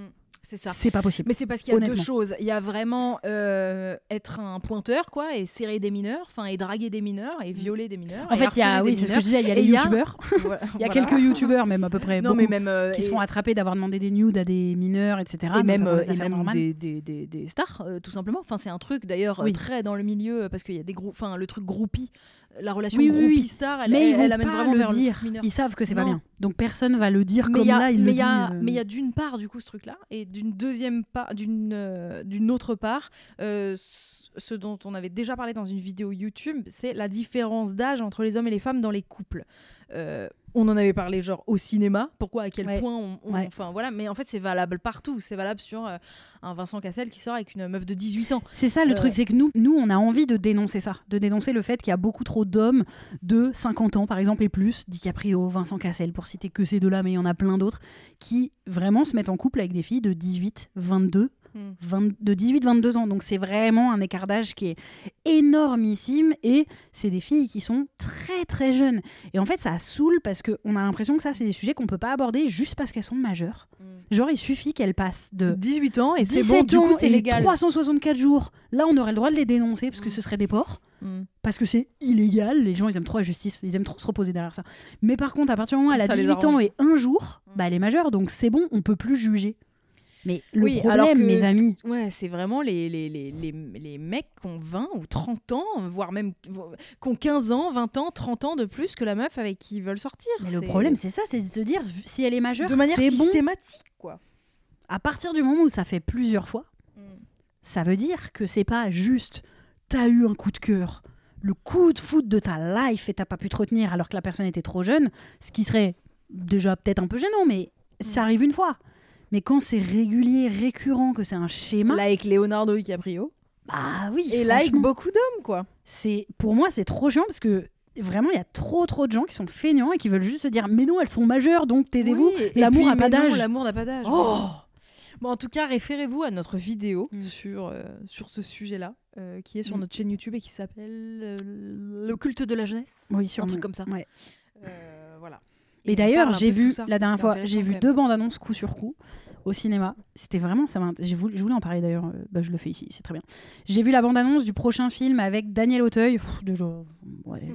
B: C'est ça.
A: C'est pas possible.
B: Mais c'est parce qu'il y a deux
A: Honnêtement.
B: choses. Il y a vraiment euh, être un pointeur, quoi, et serrer des mineurs, enfin, et draguer des mineurs, et violer des mineurs.
A: en
B: et
A: fait, il y a,
B: harceler
A: oui,
B: des
A: c'est ce que
B: mineurs.
A: je disais, il y a
B: Et
A: les
B: il y a-
A: youtubeurs,
B: Voilà,
A: il y a
B: voilà.
A: quelques youtubeurs même à peu près,
B: Non, mais
A: beaucoup,
B: même euh,
A: qui
B: et-
A: se font attraper d'avoir demandé des nudes à des mineurs, etc.
B: et même,
A: notamment
B: euh,
A: les
B: et
A: affaires
B: même
A: Norman.
B: des, des- des- des stars, euh, tout simplement. Enfin, c'est un truc d'ailleurs euh,
A: Oui.
B: très dans le milieu euh, parce qu'il y a des groupes, enfin, le truc groupie, euh, la relation
A: Oui, oui,
B: groupie
A: oui.
B: star, elle,
A: Mais ils
B: elle-
A: vont
B: elle amène
A: pas
B: vraiment
A: le
B: vers le
A: dire.
B: truc mineur.
A: Ils savent que c'est pas
B: Non.
A: bien. Donc personne va le dire
B: Mais
A: comme
B: il y a-
A: là il
B: mais
A: le
B: il
A: dit.
B: y a-
A: euh,
B: mais il y a d'une part du coup ce truc-là et d'une deuxième part, d'une euh, d'une autre part, euh, ce ce dont on avait déjà parlé dans une vidéo YouTube, c'est la différence d'âge entre les hommes et les femmes dans les couples. Euh, on en avait parlé genre au cinéma, pourquoi à quel
A: Ouais.
B: point on, on-
A: Ouais.
B: enfin voilà, mais en fait c'est valable partout, c'est valable sur euh, un Vincent Cassel qui sort avec une meuf de 18 ans.
A: C'est ça le
B: Euh,
A: truc, c'est que nous, nous, on a envie de dénoncer ça, de dénoncer le fait qu'il y a beaucoup trop d'hommes de 50 ans, par exemple, et plus, DiCaprio, Vincent Cassel, pour citer que ces deux-là, mais il y en a plein d'autres, qui vraiment se mettent en couple avec des filles de 18, 22,
B: Hmm.
A: 20 de 18, 22 ans. Donc c'est vraiment un écart d'âge qui est énormissime, et c'est des filles qui sont très très jeunes. Et en fait, ça saoule parce qu'on a l'impression que ça, c'est des sujets qu'on peut pas aborder juste parce qu'elles sont majeures.
B: Hmm.
A: Genre, il suffit qu'elles passent de
B: 18 ans et c'est
A: 17
B: bon, du coup
A: Euh, ans
B: c'est
A: et
B: légal.
A: 364 jours. Là, on aurait le droit de les dénoncer parce que
B: Mm.
A: ce serait des porcs.
B: Mm.
A: Parce que c'est illégal, les gens ils aiment trop la justice, ils aiment trop se reposer derrière ça. Mais par contre, à partir du moment où elle a
B: Ça les
A: 18
B: arrange.
A: ans et un jour,
B: Mm.
A: bah elle est majeure, donc c'est bon, on peut plus juger. Mais le
B: Oui,
A: problème,
B: alors que ce-
A: mes amis,
B: Ouais, c'est vraiment les, les, les, les, les mecs qui ont 20 ou 30 ans, voire même qui ont 15 ans, 20 ans, 30 ans de plus que la meuf avec qui ils veulent sortir.
A: mais le problème c'est ça, c'est de se dire si elle est majeure,
B: de manière
A: c'est bon.
B: systématique, quoi.
A: À partir du moment où ça fait plusieurs fois,
B: Mm.
A: ça veut dire que c'est pas juste t'as eu un coup de cœur, le coup de foot de ta life et t'as pas pu te retenir alors que la personne était trop jeune, ce qui serait déjà peut-être un peu gênant, mais
B: Mm.
A: ça arrive une fois. Mais quand c'est régulier, récurrent, que c'est un schéma,
B: Là avec Leonardo DiCaprio
A: bah oui,
B: et là avec
A: franchement,
B: beaucoup d'hommes, quoi.
A: c'est pour moi c'est trop chiant parce que vraiment il y a trop trop de gens qui sont feignants et qui veulent juste se dire mais non elles sont majeures donc taisez-vous.
B: Oui, et
A: l'amour
B: puis,
A: a pas
B: mais non,
A: d'âge.
B: L'amour n'a pas d'âge.
A: Oh
B: Bon, en tout cas, référez-vous à notre vidéo
A: Mm.
B: sur, euh, sur ce sujet-là, euh, qui est sur
A: Mm.
B: notre chaîne YouTube et qui s'appelle euh, Le culte de la jeunesse.
A: Oui, sûrement.
B: truc comme ça.
A: Ouais.
B: Euh, voilà.
A: Et,
B: on
A: d'ailleurs,
B: parle un
A: j'ai
B: peu de
A: vu
B: tout ça.
A: la dernière
B: C'est
A: fois,
B: intéressant
A: j'ai
B: quand
A: vu
B: même.
A: deux bandes annonces coup sur coup au cinéma. C'était vraiment ça. m'a- j'ai voulu- Je voulais en parler d'ailleurs. euh, bah, je le fais ici, c'est très bien. J'ai vu la bande annonce du prochain film avec Daniel Auteuil. Pff, déjà, ouais.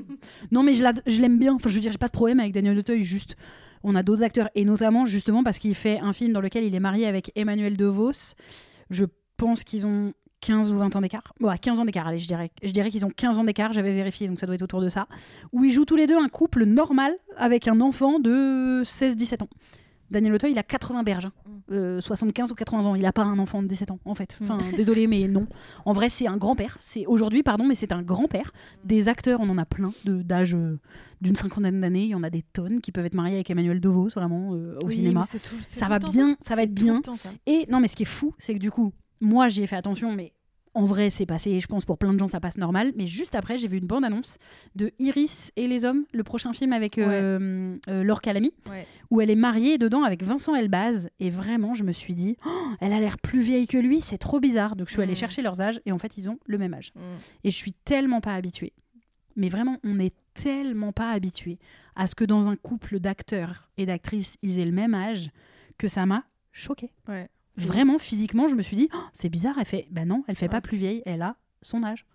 A: non mais je l'ad- je l'aime bien. Enfin, je veux dire, j'ai pas de problème avec Daniel Auteuil. Juste, on a d'autres acteurs et notamment justement parce qu'il fait un film dans lequel il est marié avec Emmanuel DeVos. Je pense qu'ils ont 15 ou 20 ans d'écart. Ouais, 15 ans d'écart, allez, je dirais. Je dirais qu'ils ont 15 ans d'écart, j'avais vérifié, donc ça doit être autour de ça. Où ils jouent tous les deux un couple normal avec un enfant de 16-17 ans. Daniel Auteuil, il a 80 berges, hein.
B: Mm.
A: Euh, 75 ou 80 ans. Il n'a pas un enfant de 17 ans, en fait. Enfin, désolé, mais non. En vrai, c'est un grand-père. C'est aujourd'hui, pardon, mais c'est un grand-père.
B: Mm.
A: Des acteurs, on en a plein de d'âge euh, d'une cinquantaine d'années. Il y en a des tonnes qui peuvent être mariés avec Emmanuel DeVos, vraiment, euh, au
B: Oui,
A: cinéma.
B: mais c'est tout- c'est
A: Ça
B: tout
A: va
B: le temps
A: bien, ça va
B: C'est
A: être
B: tout
A: bien.
B: le temps ça.
A: Et non, mais ce qui est fou, c'est que du coup, moi, j'y ai fait attention, mais en vrai, c'est passé. Je pense pour plein de gens, ça passe normal. Mais juste après, j'ai vu une bande-annonce de Iris et les hommes, le prochain film avec euh, euh, Laure Calamy,
B: Ouais.
A: où elle est mariée dedans avec Vincent Elbaz. Et vraiment, je me suis dit, Oh, elle a l'air plus vieille que lui, c'est trop bizarre. Donc, je suis allée
B: Mhm.
A: chercher leurs âges et en fait, ils ont le même âge.
B: Mm.
A: Et je suis tellement pas habituée. Mais vraiment, on est tellement pas habitué à ce que dans un couple d'acteurs et d'actrices, ils aient le même âge que ça m'a choquée
B: Ouais.
A: vraiment physiquement je me suis dit Oh, c'est bizarre elle fait ben non elle fait
B: Ah Ouais.
A: pas plus vieille elle a son âge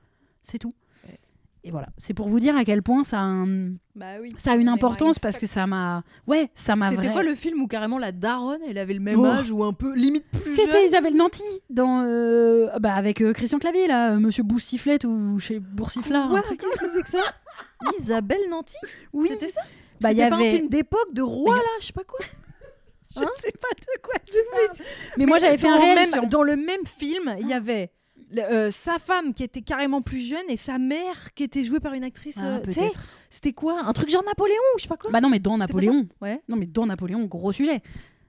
A: c'est tout
B: Ouais.
A: et voilà c'est pour vous dire à quel point ça a, un-
B: Bah oui.
A: ça a une
B: On est
A: importance
B: marine
A: parce que
B: fuck.
A: ça m'a ouais ça m'a
B: C'était
A: vrai-
B: quoi le film où carrément la daronne, elle avait le même
A: Oh.
B: âge ou un peu limite plus
A: c'était
B: jeune
A: Isabelle Nanty dans euh, bah avec euh, Christian Clavier là euh, Monsieur Boussiflette ou chez Boursiflard
B: Quoi
A: un truc.
B: Qu'est-ce que c'est que ça Isabelle Nanty
A: oui
B: C'était ça
A: bah il y
B: C'était pas
A: avait
B: un film d'époque de roi là, je sais pas quoi.
A: je
B: Hein
A: sais pas de quoi tu
B: parles.
A: mais, moi j'avais fait un
B: dans
A: réel
B: même-
A: sur- Ah.
B: dans le même film, il y avait le- euh, sa femme qui était carrément plus jeune et sa mère qui était jouée par une actrice.
A: Ah,
B: euh, tu sais,
A: peut-être.
B: C'était quoi Un truc genre Napoléon ou je sais pas quoi
A: bah non mais dans
B: C'était pas ça
A: Napoléon
B: Ouais.
A: Non, mais dans Napoléon, gros sujet.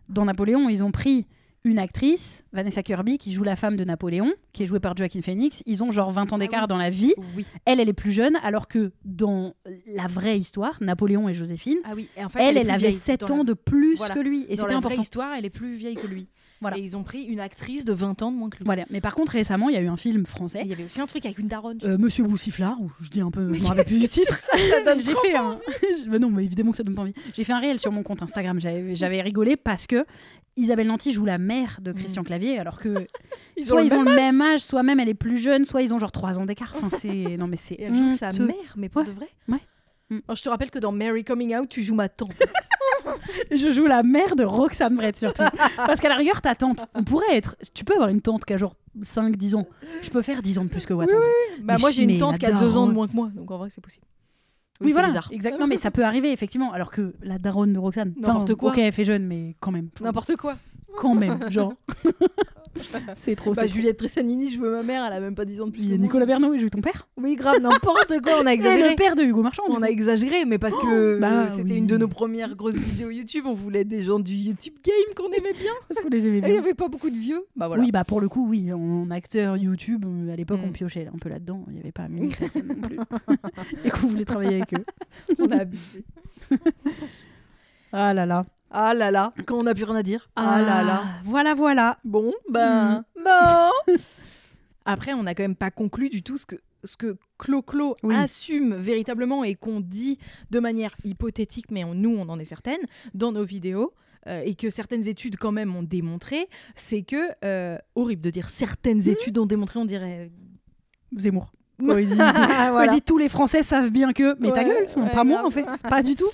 A: Dans Napoléon, ils ont pris une actrice, Vanessa Kirby, qui joue la femme de Napoléon, qui est jouée par Joaquin Phoenix. Ils ont genre 20 ans d'écart
B: Ah oui.
A: dans la vie.
B: Oui.
A: Elle, elle est plus jeune, alors que dans la vraie histoire, Napoléon et Joséphine,
B: Ah oui. Et en fait,
A: elle,
B: est
A: elle
B: plus
A: avait
B: vieille
A: 7
B: dans la-
A: ans de plus
B: Voilà.
A: que lui. Et
B: dans
A: c'était
B: la vraie
A: important.
B: histoire, elle est plus vieille que lui.
A: Voilà.
B: Et ils ont pris une actrice de 20 ans de moins que lui.
A: Voilà. Mais par contre, récemment, il y a eu un film français.
B: Il y avait aussi un truc avec une daronne.
A: Euh, Monsieur Boussiflard, ou je dis un peu, je me rappelle
B: qu'est-ce
A: plus
B: que
A: le titre.
B: ça donne
A: Mais j'ai
B: trop
A: fait
B: pas
A: un. Mais non, mais évidemment que ça donne pas envie. J'ai fait un réel sur mon compte Instagram. J'avais j'avais rigolé parce que Isabelle Nanty joue la mère de Christian
B: Mm.
A: Clavier, alors que soit ils ont le même âge, soit même elle est plus jeune, soit ils ont genre 3 ans d'écart. Enfin, c'est non mais c'est
B: Et elle joue sa
A: honteux.
B: mère, mais pas
A: Ouais.
B: de vrai.
A: Ouais. Mm.
B: Alors, je te rappelle que dans Mary Coming Out, tu joues ma tante.
A: Je joue la mère de Roxane Brett surtout, parce qu'à la rigueur ta tante, on pourrait être, tu peux avoir une tante qui a genre 5 10 ans. Je peux faire 10 ans de plus que Watt. en vrai.
B: bah,
A: Mais
B: moi,
A: je-
B: j'ai une
A: mais
B: tante
A: la
B: qui a deux ans
A: daronne.
B: de moins que moi, donc en vrai, c'est possible.
A: Oui,
B: c'est
A: voilà,
B: bizarre.
A: exactement. Mais ça peut arriver effectivement. Alors que la daronne de Roxane, enfin,
B: N'importe quoi.
A: Ok, elle fait jeune, mais quand même.
B: N'importe quoi.
A: quand même, genre. Oh, c'est trop.
B: Bah,
A: c'est trop.
B: Juliette Tressanini, je veux ma mère, elle a même pas 10 ans de plus
A: Il y
B: que
A: a
B: moi.
A: Nicolas Bernot, il joue ton père.
B: Oui, grave, n'importe quoi, on a
A: Et le
B: exagéré.
A: père de Hugo Marchand. du
B: On a
A: coup.
B: exagéré, mais parce que
A: Oh, bah
B: c'était
A: oui.
B: une de nos premières grosses vidéos YouTube. On voulait des gens du YouTube game qu'on aimait bien.
A: Parce qu'on les aimait
B: Et il n'y
A: bien.
B: avait pas beaucoup de vieux. Bah voilà.
A: Oui, bah pour le coup, oui, en acteur YouTube, euh, à l'époque,
B: Mm.
A: on piochait un peu là-dedans. Il n'y avait pas mille personnes non plus. Et qu'on voulait travailler avec eux.
B: on a abusé.
A: Ah là là.
B: Ah là là, quand on n'a plus rien à dire. Ah, là là.
A: Voilà, voilà.
B: Bon, ben. Bon Après, on n'a quand même pas conclu du tout ce que ce que Clo-Clo
A: Oui.
B: assume véritablement et qu'on dit de manière hypothétique, mais on- nous, on en est certaines, dans nos vidéos, euh, et que certaines études quand même ont démontré, c'est que, euh, horrible de dire certaines études ont démontré, on dirait...
A: Zemmour.
B: Ouais.
A: Quand il, dit,
B: Ah,
A: quand il dit tous les Français savent bien que. Mais ta
B: Ouais,
A: gueule, enfin,
B: ouais,
A: pas moi
B: grave.
A: en fait, pas du tout.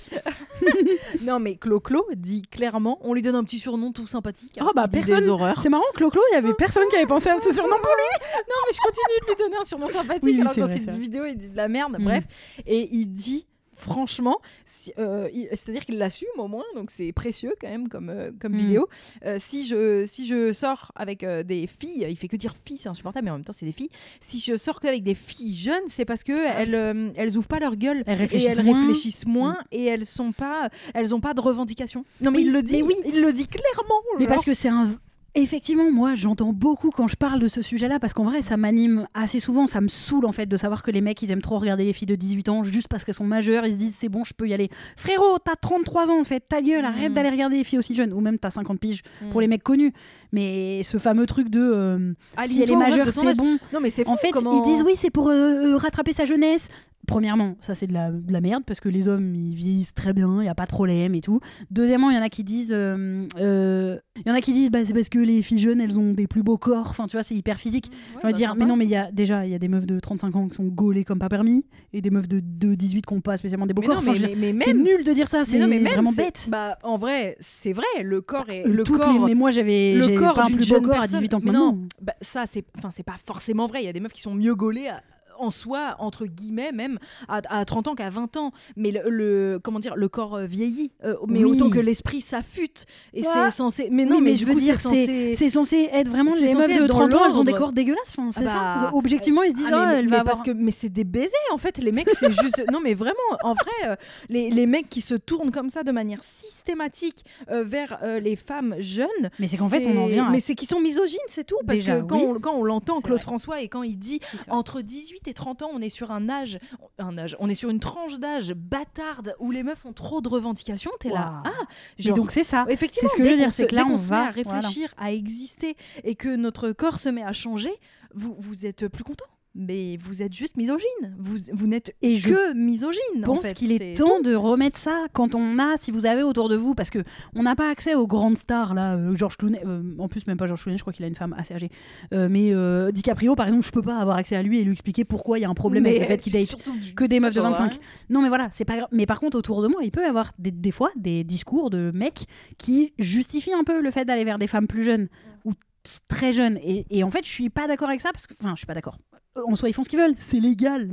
B: Non, mais Clo-Clo dit clairement, on lui donne un petit surnom tout sympathique. hein.
A: Oh, bah,
B: Il dit
A: personne-
B: Des horreurs.
A: C'est marrant, Clo-Clo, il y avait personne qui avait pensé à ce surnom pour lui.
B: Non, mais je continue de lui donner un surnom sympathique.
A: Oui, oui,
B: alors
A: c'est
B: dans
A: vrai,
B: cette
A: c'est vrai.
B: vidéo, il dit de la merde,
A: Mm.
B: bref. Et il dit, franchement, si- euh, il- c'est-à-dire qu'il l'assume au moins, donc c'est précieux quand même comme, euh, comme
A: Mm.
B: vidéo. Euh, si, je, si je sors avec euh, des filles, il fait que dire filles, c'est insupportable, mais en même temps, c'est des filles. Si je sors qu'avec des filles jeunes, c'est parce que elles, euh, elles ouvrent pas leur gueule.
A: Elle
B: Et
A: réfléchit.
B: elles réfléchissent moins et elles sont pas, elles ont pas de revendications. Non mais
A: Oui,
B: il le dit,
A: mais oui.
B: il le dit clairement.
A: Mais parce que c'est un. Effectivement, moi, j'entends beaucoup quand je parle de ce sujet-là, parce qu'en vrai, ça m'anime assez souvent. Ça me saoule, en fait, de savoir que les mecs, ils aiment trop regarder les filles de 18 ans juste parce qu'elles sont majeures. Ils se disent, c'est bon, je peux y aller. Frérot, t'as 33 ans, en fait, ta gueule, arrête
B: Mm.
A: d'aller regarder les filles aussi jeunes. Ou même, t'as 50 piges
B: Mm.
A: pour les mecs connus. Mais ce fameux truc de. euh,
B: que
A: si elle est majeure, c'est bon.
B: Non mais c'est
A: En
B: fou,
A: fait,
B: comment-
A: ils disent oui, c'est pour euh, euh, rattraper sa jeunesse. Premièrement, ça c'est de la, de la merde parce que les hommes ils vieillissent très bien, il n'y a pas de problème et tout. Deuxièmement, il y en a qui disent, euh, euh, il y en a qui disent bah, c'est parce que les filles jeunes elles ont des plus beaux corps, enfin tu vois, c'est hyper physique.
B: Ouais,
A: Je vais
B: bah,
A: dire,
B: sympa.
A: mais non, mais il y a déjà il y a des meufs de 35 ans qui sont gaulées comme pas permis et des meufs de, de 18 qui n'ont pas spécialement des beaux
B: Mais
A: corps.
B: non,
A: Enfin,
B: mais-
A: je veux dire,
B: mais- mais
A: c'est
B: même-
A: nul de dire ça, c'est
B: Mais non, mais même,
A: vraiment
B: c'est-
A: bête.
B: Bah, en vrai, c'est vrai, le corps est
A: Euh,
B: le
A: toutes les-
B: corps.
A: mais moi j'avais
B: le
A: j'avais
B: corps
A: pas un
B: d'une
A: plus beau
B: jeune
A: corps à
B: personne.
A: 18 ans que
B: Mais
A: maintenant.
B: non. bah, ça c'est enfin c'est pas forcément vrai, il y a des meufs qui sont mieux gaulées à- en soi entre guillemets même à, à 30 ans qu'à 20 ans mais le, le- comment dire le corps euh, vieillit euh, mais
A: Oui.
B: autant que l'esprit s'affûte et
A: Ah.
B: c'est censé mais non
A: Oui,
B: mais,
A: mais,
B: du
A: je
B: coup
A: veux dire,
B: c'est
A: c'est
B: censé
A: c'est censé être vraiment
B: c'est
A: les
B: censé
A: meufs de
B: être dans
A: 30 ans, elles ont des
B: l'ordre.
A: corps dégueulasses. Enfin, c'est
B: Ah
A: ça.
B: bah,
A: Objectivement, ils se disent,
B: Ah,
A: Ah,
B: mais,
A: elle
B: mais
A: va
B: parce
A: avoir.
B: que mais c'est des baisers en fait les mecs c'est juste non mais vraiment en vrai euh, les, les mecs qui se tournent comme ça de manière systématique euh, vers euh, les femmes jeunes
A: Mais c'est qu'en fait, on en vient. à-
B: Mais c'est qu'ils sont misogynes, c'est tout. Parce
A: Déjà,
B: que quand
A: oui.
B: on, quand on l'entend,
A: C'est
B: Claude
A: vrai.
B: François, et quand il dit entre 18 et 30 ans, on est sur un âge, un âge, on est sur une tranche d'âge bâtarde où les meufs ont trop de revendications, t'es là.
A: Waouh.
B: Ah,
A: Mais
B: genre-
A: donc c'est ça.
B: Effectivement,
A: c'est ce que
B: dès
A: je veux
B: qu'on
A: dire, c'est
B: se-
A: que là,
B: dès qu'on
A: on
B: se
A: va-
B: met à réfléchir, à exister, et que notre corps se met à changer, vous, vous êtes plus content. Mais vous êtes juste misogyne. Vous, vous n'êtes
A: Et je
B: que misogyne.
A: pense
B: en fait.
A: qu'il est
B: C'est
A: temps
B: tout.
A: de remettre ça quand on a, si vous avez autour de vous, parce que on n'a pas accès aux grandes stars là, euh, George Clooney, euh, en plus même pas George Clooney, je crois qu'il a une femme assez âgée, Euh, mais euh, DiCaprio par exemple, je peux pas avoir accès à lui et lui expliquer pourquoi il y a un problème avec le fait qu'il
B: Mais-
A: date que des meufs de
B: Genre,
A: 25.
B: hein.
A: Non, mais voilà, c'est pas grave. Mais par contre, autour de moi, il peut y avoir des, des fois des discours de mecs qui justifient un peu le fait d'aller vers des femmes plus jeunes ou t- très jeunes. Et, et en fait, je suis pas d'accord avec ça parce que, enfin, je suis pas d'accord. Euh, En soi, ils font ce qu'ils veulent, c'est légal.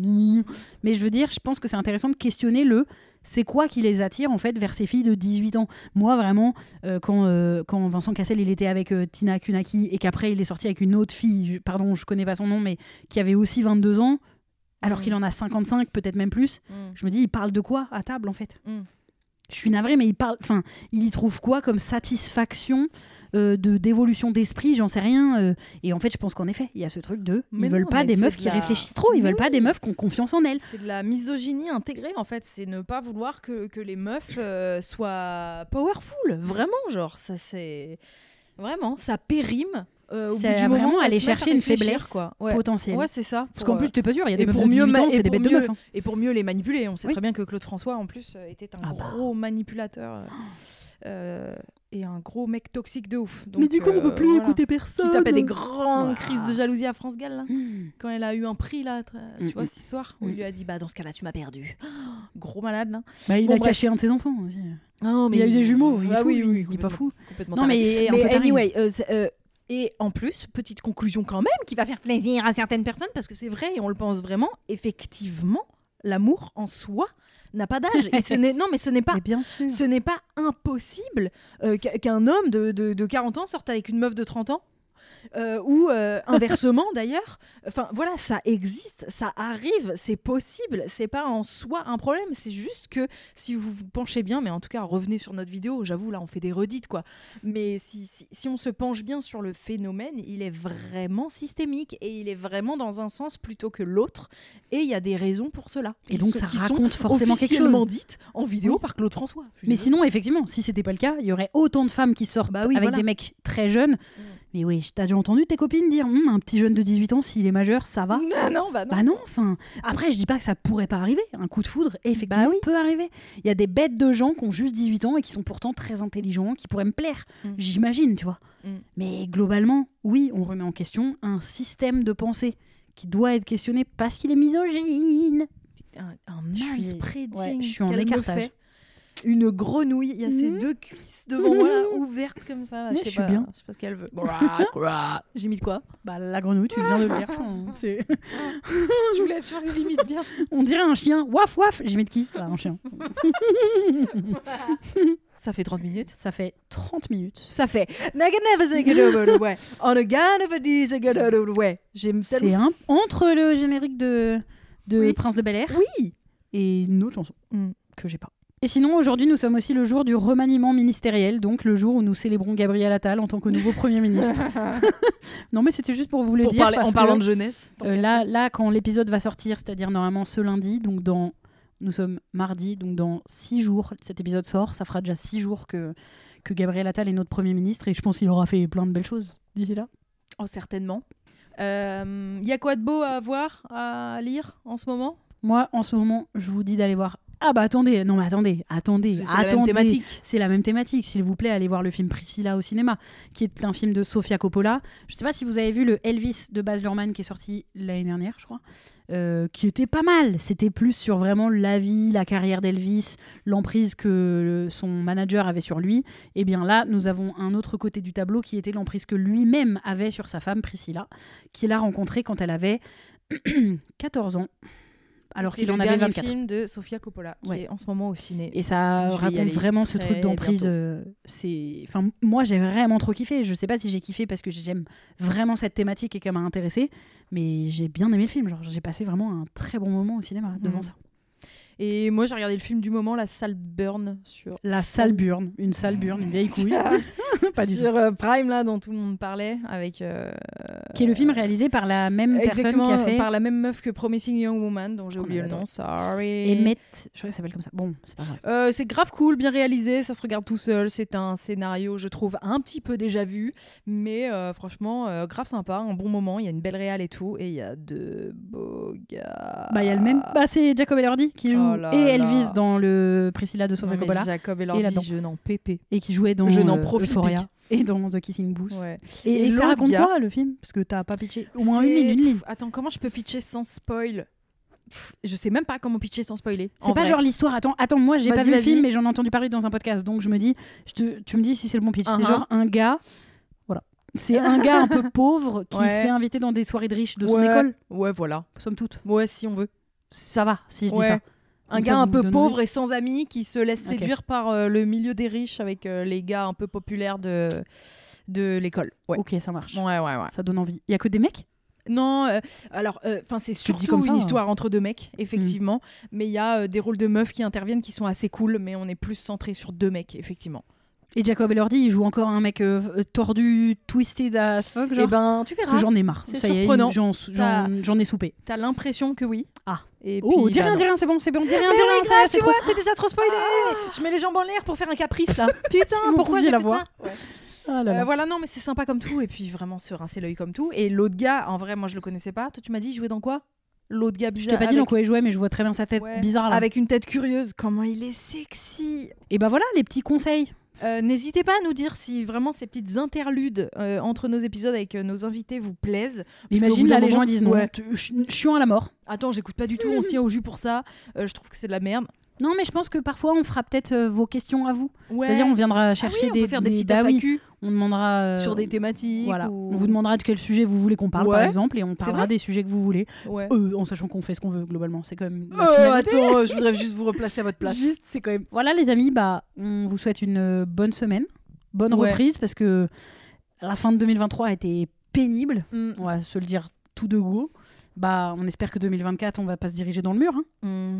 A: Mais je veux dire, je pense que c'est intéressant de questionner le. C'est quoi qui les attire en fait vers ces filles de 18 ans Moi vraiment, euh, quand, euh, quand Vincent Cassel il était avec euh, Tina Kunaki et qu'après il est sorti avec une autre fille, je- pardon je connais pas son nom, mais qui avait aussi 22 ans, alors
B: Mhm.
A: qu'il en a 55, peut-être même plus,
B: Mm.
A: je me dis, il parle de quoi à table en fait
B: Mm.
A: Je suis navrée, mais il parle. Enfin, il y trouve quoi comme satisfaction euh, de d'évolution d'esprit J'en sais rien. euh. et en fait, je pense qu'en effet, il y a ce truc de.
B: Mais
A: ils veulent
B: non,
A: pas
B: mais
A: des
B: c'est
A: meufs
B: de
A: qui
B: la-
A: réfléchissent trop. Ils
B: Mais
A: veulent pas
B: oui.
A: des meufs qui ont confiance en elles.
B: C'est de la misogynie intégrée en fait, c'est ne pas vouloir que, que les meufs euh, soient powerful, vraiment genre ça c'est Vraiment, ça périme. euh, au bout
A: Ça
B: du
A: a
B: moment,
A: vraiment
B: elles
A: aller
B: se mettent à
A: chercher une
B: réfléchir,
A: faiblesse
B: quoi. Ouais.
A: potentielle.
B: Ouais, c'est ça.
A: Parce
B: pour,
A: qu'en
B: euh,
A: plus, t'es pas sûr, il y a des
B: et
A: meufs
B: pour
A: de
B: mieux
A: 18
B: ma-
A: ans,
B: et
A: c'est des
B: pour
A: bêtes de
B: mieux-
A: meufs. hein.
B: Et pour mieux les manipuler, on sait
A: Oui.
B: très bien que Claude François, en plus, euh, était un
A: Ah bah.
B: gros manipulateur euh, euh, et un gros mec toxique de ouf.
A: Mais
B: Donc,
A: du coup, on peut
B: euh,
A: plus
B: voilà.
A: écouter personne.
B: Qui tapait des grandes
A: Ouah.
B: crises de jalousie à France Gall, là,
A: Mmh.
B: quand elle a eu un prix, là, tu
A: Mm,
B: vois,
A: mm.
B: cette histoire, où
A: Mm.
B: il lui a dit Bah, dans ce cas-là, tu m'as perdu. Gros malade, là.
A: Bah, il
B: Bon,
A: a
B: bref.
A: caché un de ses enfants. aussi.
B: Non,
A: Il y a eu des jumeaux. Il est
B: Ah
A: fou,
B: oui,
A: lui.
B: oui,
A: Il est pas
B: complètement-
A: fou.
B: complètement
A: Non,
B: taré.
A: mais, un peu
B: Mais
A: taré, mais-
B: anyway, euh, c'est, euh, et en plus, petite conclusion quand même, qui va faire plaisir à certaines personnes, parce que c'est vrai, et on le pense vraiment, effectivement, l'amour en soi n'a pas d'âge. Et ce n'est- non, mais ce n'est pas
A: Mais bien sûr.
B: ce n'est pas impossible euh, qu'- qu'un homme de, de- de 40 ans sorte avec une meuf de 30 ans. euh, ou euh, inversement d'ailleurs. Enfin voilà, ça existe, ça arrive, c'est possible, c'est pas en soi un problème, c'est juste que si vous vous penchez bien, mais en tout cas revenez sur notre vidéo, j'avoue là on fait des redites quoi, mais si, si, si on se penche bien sur le phénomène, il est vraiment systémique et il est vraiment dans un sens plutôt que l'autre et il y a des raisons pour cela.
A: Et donc,
B: Qui
A: ça
B: sont- qui sont
A: raconte forcément quelque
B: officiellement
A: chose.
B: dites en vidéo par Claude François. Je suis
A: Mais
B: désolée.
A: sinon, effectivement, si c'était pas le cas, il y aurait autant de femmes qui sortent
B: Bah oui,
A: avec
B: voilà. Mm.
A: des mecs très jeunes. Mais oui, t'as déjà entendu tes copines dire Hum, un petit jeune de 18 ans, s'il est majeur, ça va.
B: Ah non, bah non.
A: Bah non, enfin. Après, je dis pas que ça pourrait pas arriver. Un coup de foudre, effectivement, peut arriver. Il y a des bêtes de gens qui ont juste 18 ans et qui sont pourtant très intelligents, qui pourraient me plaire.
B: Mm.
A: J'imagine, tu vois.
B: Mm.
A: Mais globalement, oui, on remet en question un système de pensée qui doit être questionné parce qu'il est misogyne.
B: Un, un
A: Je suis-
B: manspreading
A: ouais, je suis en
B: qu'elle me
A: écartage.
B: fait. Une grenouille, il y a ses
A: Mmh.
B: deux cuisses devant moi là, ouvertes comme ça. là,
A: Mais
B: je sais
A: je suis
B: pas,
A: bien.
B: Je sais pas ce qu'elle veut. Ouah, ouah. J'ai mis de quoi
A: Bah la grenouille, tu viens de le dire. c'est...
B: Je voulais être sûre que je limite bien.
A: On dirait un chien. Waf waf. J'ai mis de qui Bah un chien.
B: Ça fait 30 minutes.
A: Ça fait 30 minutes.
B: Ça fait. Nigga never say get over the way. On a gun of a day, say get over the way. J'aime ça.
A: C'est un... entre le générique de, de
B: Oui.
A: Prince de Bel Air
B: Oui.
A: et une autre chanson hmm,
B: Mm.
A: que j'ai pas. Et sinon, aujourd'hui, nous sommes aussi le jour du remaniement ministériel, donc le jour où nous célébrons Gabriel Attal en tant que nouveau Premier ministre. non, mais c'était juste pour vous le dire. parce que,
B: jeunesse.
A: euh, là, là, quand l'épisode va sortir, c'est-à-dire normalement ce lundi, donc dans. Nous sommes mardi, donc dans six jours, cet épisode sort. Ça fera déjà six jours que, que Gabriel Attal est notre Premier ministre et je pense qu'il aura fait plein de belles choses d'ici là.
B: Oh, certainement. Il y a quoi de beau à voir, à lire en ce moment
A: Moi, en ce moment, je vous dis d'aller voir. Ah bah attendez, non mais attendez, attendez,
B: C'est- c'est la
A: attendez.
B: même thématique.
A: C'est la même thématique. S'il vous plaît, allez voir le film Priscilla au cinéma, qui est un film de Sofia Coppola. Je sais pas si vous avez vu le Elvis de Baz Luhrmann qui est sorti l'année dernière, je crois, euh, qui était pas mal. C'était plus sur vraiment la vie, la carrière d'Elvis, l'emprise que le- son manager avait sur lui. Et bien là, nous avons un autre côté du tableau qui était l'emprise que lui-même avait sur sa femme Priscilla, qu'il a rencontrée quand elle avait 14 ans, alors
B: C'est
A: qu'il
B: le
A: en avait
B: dernier
A: 24.
B: film de Sofia Coppola qui
A: Ouais.
B: est en ce moment au ciné.
A: Et ça
B: Je vais y
A: raconte
B: aller
A: vraiment ce
B: très
A: truc d'emprise.
B: bientôt.
A: euh, c'est, enfin, moi j'ai vraiment trop kiffé. Je sais pas si j'ai kiffé parce que j'aime vraiment cette thématique et qu'elle m'a intéressée, mais j'ai bien aimé le film. Genre, j'ai passé vraiment un très bon moment au cinéma devant
B: Mhm.
A: ça.
B: Et moi j'ai regardé le film du moment, La Salle Burn sur
A: La salle burne, une salle burne, une vieille couille. Pas du tout.
B: Ah, sur euh, Prime là dont tout le monde parlait avec euh,
A: Qui est le film réalisé par la même personne
B: exactement euh,
A: qui a fait
B: par la même meuf que Promising Young Woman dont j'ai
A: Qu'on
B: oublié le
A: adore.
B: nom. Sorry.
A: Emmett. Je crois qu'il s'appelle comme ça. Bon, c'est pas grave.
B: Euh, c'est grave cool, bien réalisé, ça se regarde tout seul. C'est un scénario, je trouve, un petit peu déjà vu, mais euh, franchement, euh, grave sympa, un bon moment. Il y a une belle réal et tout, et il y a deux beaux gars.
A: Bah, il y a le même. Bah, c'est Jacob Elordi qui joue
B: Oh là
A: et
B: là.
A: Elvis dans le Priscilla de
B: Non,
A: Sofia
B: mais
A: Coppola
B: Jacob et
A: là-dedans.
B: Lordi, je n'en pépé.
A: et qui jouait dans
B: Je n'en
A: euh,
B: profite,
A: Euphoria et dans The Kissing Booth.
B: Ouais.
A: Et,
B: Et
A: et ça
B: l'autre
A: raconte
B: gars-
A: quoi le film Parce que t'as pas pitché. Au moins une
B: C'est-
A: ligne, une ligne.
B: Pff, Attends, comment je peux pitcher sans spoil Pff, Je sais même pas comment pitcher sans spoiler. en
A: C'est pas
B: vrai.
A: genre l'histoire. Attends, attends, moi j'ai
B: Vas-y,
A: pas vu le
B: vas-y.
A: film, mais j'en ai entendu parler dans un podcast. Donc je me dis, je te- tu me dis si c'est le bon pitch.
B: Uh-huh.
A: C'est genre un gars, voilà, c'est un gars un peu pauvre qui
B: Ouais.
A: se fait inviter dans des soirées de riches de son
B: Ouais.
A: école.
B: Ouais, voilà.
A: Somme toute,
B: Ouais, si on veut.
A: ça va si je dis
B: Ouais.
A: ça.
B: Un
A: Donc ça
B: gars un
A: vous
B: peu
A: donne
B: pauvre et sans amis qui se laisse
A: Ok.
B: séduire par euh, le milieu des riches avec euh, les gars un peu populaires de, de l'école. Ouais.
A: Ok, ça marche.
B: Ouais, ouais, ouais.
A: Ça donne envie. Il y a que des mecs
B: Non, euh, alors, enfin, c'est
A: Tu le dis
B: surtout
A: comme ça,
B: une
A: hein. Mm.
B: histoire entre deux mecs, effectivement. Mais il y a euh, des rôles de meufs qui interviennent qui sont assez cool, mais on est plus centré sur deux mecs, effectivement.
A: et Jacob Elordi, il joue encore un mec euh, euh, tordu, twisted as fuck. Genre.
B: Eh ben, tu
A: Parce
B: verras.
A: que j'en ai marre.
B: C'est
A: Ça y est,
B: surprenant.
A: j'en- J'en
B: T'as-
A: j'en ai soupé.
B: T'as l'impression que oui.
A: Ah.
B: Et
A: Oh,
B: puis,
A: dis
B: bah
A: rien,
B: non.
A: dis rien, c'est bon, c'est bon, dis rien, dis
B: mais
A: rien.
B: oui,
A: ça,
B: grave,
A: c'est
B: tu vois, c'est déjà trop spoilé. Je mets les jambes en l'air pour faire un caprice là. Putain,
A: Ah. Si vous
B: pourquoi
A: pouviez
B: j'ai
A: la
B: fait
A: voir.
B: ça
A: Ah là là.
B: Euh, voilà, non, mais c'est sympa comme tout. Et puis vraiment se rincer l'œil comme tout. Et l'autre gars, en vrai, moi je le connaissais pas. Toi, tu m'as dit, il jouait dans quoi L'autre gars
A: Je
B: bizarre.
A: t'ai pas dit
B: avec...
A: dans quoi il jouait, mais je vois très bien sa tête
B: Ouais,
A: bizarre là.
B: Avec une tête curieuse. Comment il est sexy
A: Et bah voilà les petits conseils.
B: Euh, N'hésitez pas à nous dire si vraiment ces petites interludes euh, entre nos épisodes avec euh, nos invités vous plaisent. Parce qu'au bout
A: Imagine
B: d'un
A: là les
B: moment-
A: gens ils disent non,
B: Ouais.
A: tu- ch- chiant à la mort.
B: Attends, j'écoute pas du tout, on s'y au jus pour ça. Euh, je trouve que c'est de la merde.
A: Non mais je pense que parfois on fera peut-être euh, vos questions à vous.
B: Ouais.
A: C'est-à-dire on viendra
B: Ah oui,
A: chercher
B: on
A: des,
B: peut faire des, petites
A: bah oui,
B: FAQ
A: on demandera euh,
B: sur des thématiques.
A: Voilà,
B: ou-
A: on vous demandera de quel sujet vous voulez qu'on parle par
B: Ouais.
A: exemple et on parlera
B: vrai.
A: des sujets que vous voulez.
B: Ouais.
A: Euh, en sachant qu'on fait ce qu'on veut globalement, c'est quand même la
B: Euh,
A: finalité.
B: attends, euh, je voudrais juste vous replacer à votre place.
A: Juste, c'est quand même. Voilà, les amis, bah, on vous souhaite une euh, bonne semaine, bonne
B: Ouais.
A: reprise, parce que la fin de 2023 a été pénible,
B: Mm,
A: on va se le dire tout de go. Bah, on espère que 2024, on va pas se diriger dans le mur, hein.
B: mm.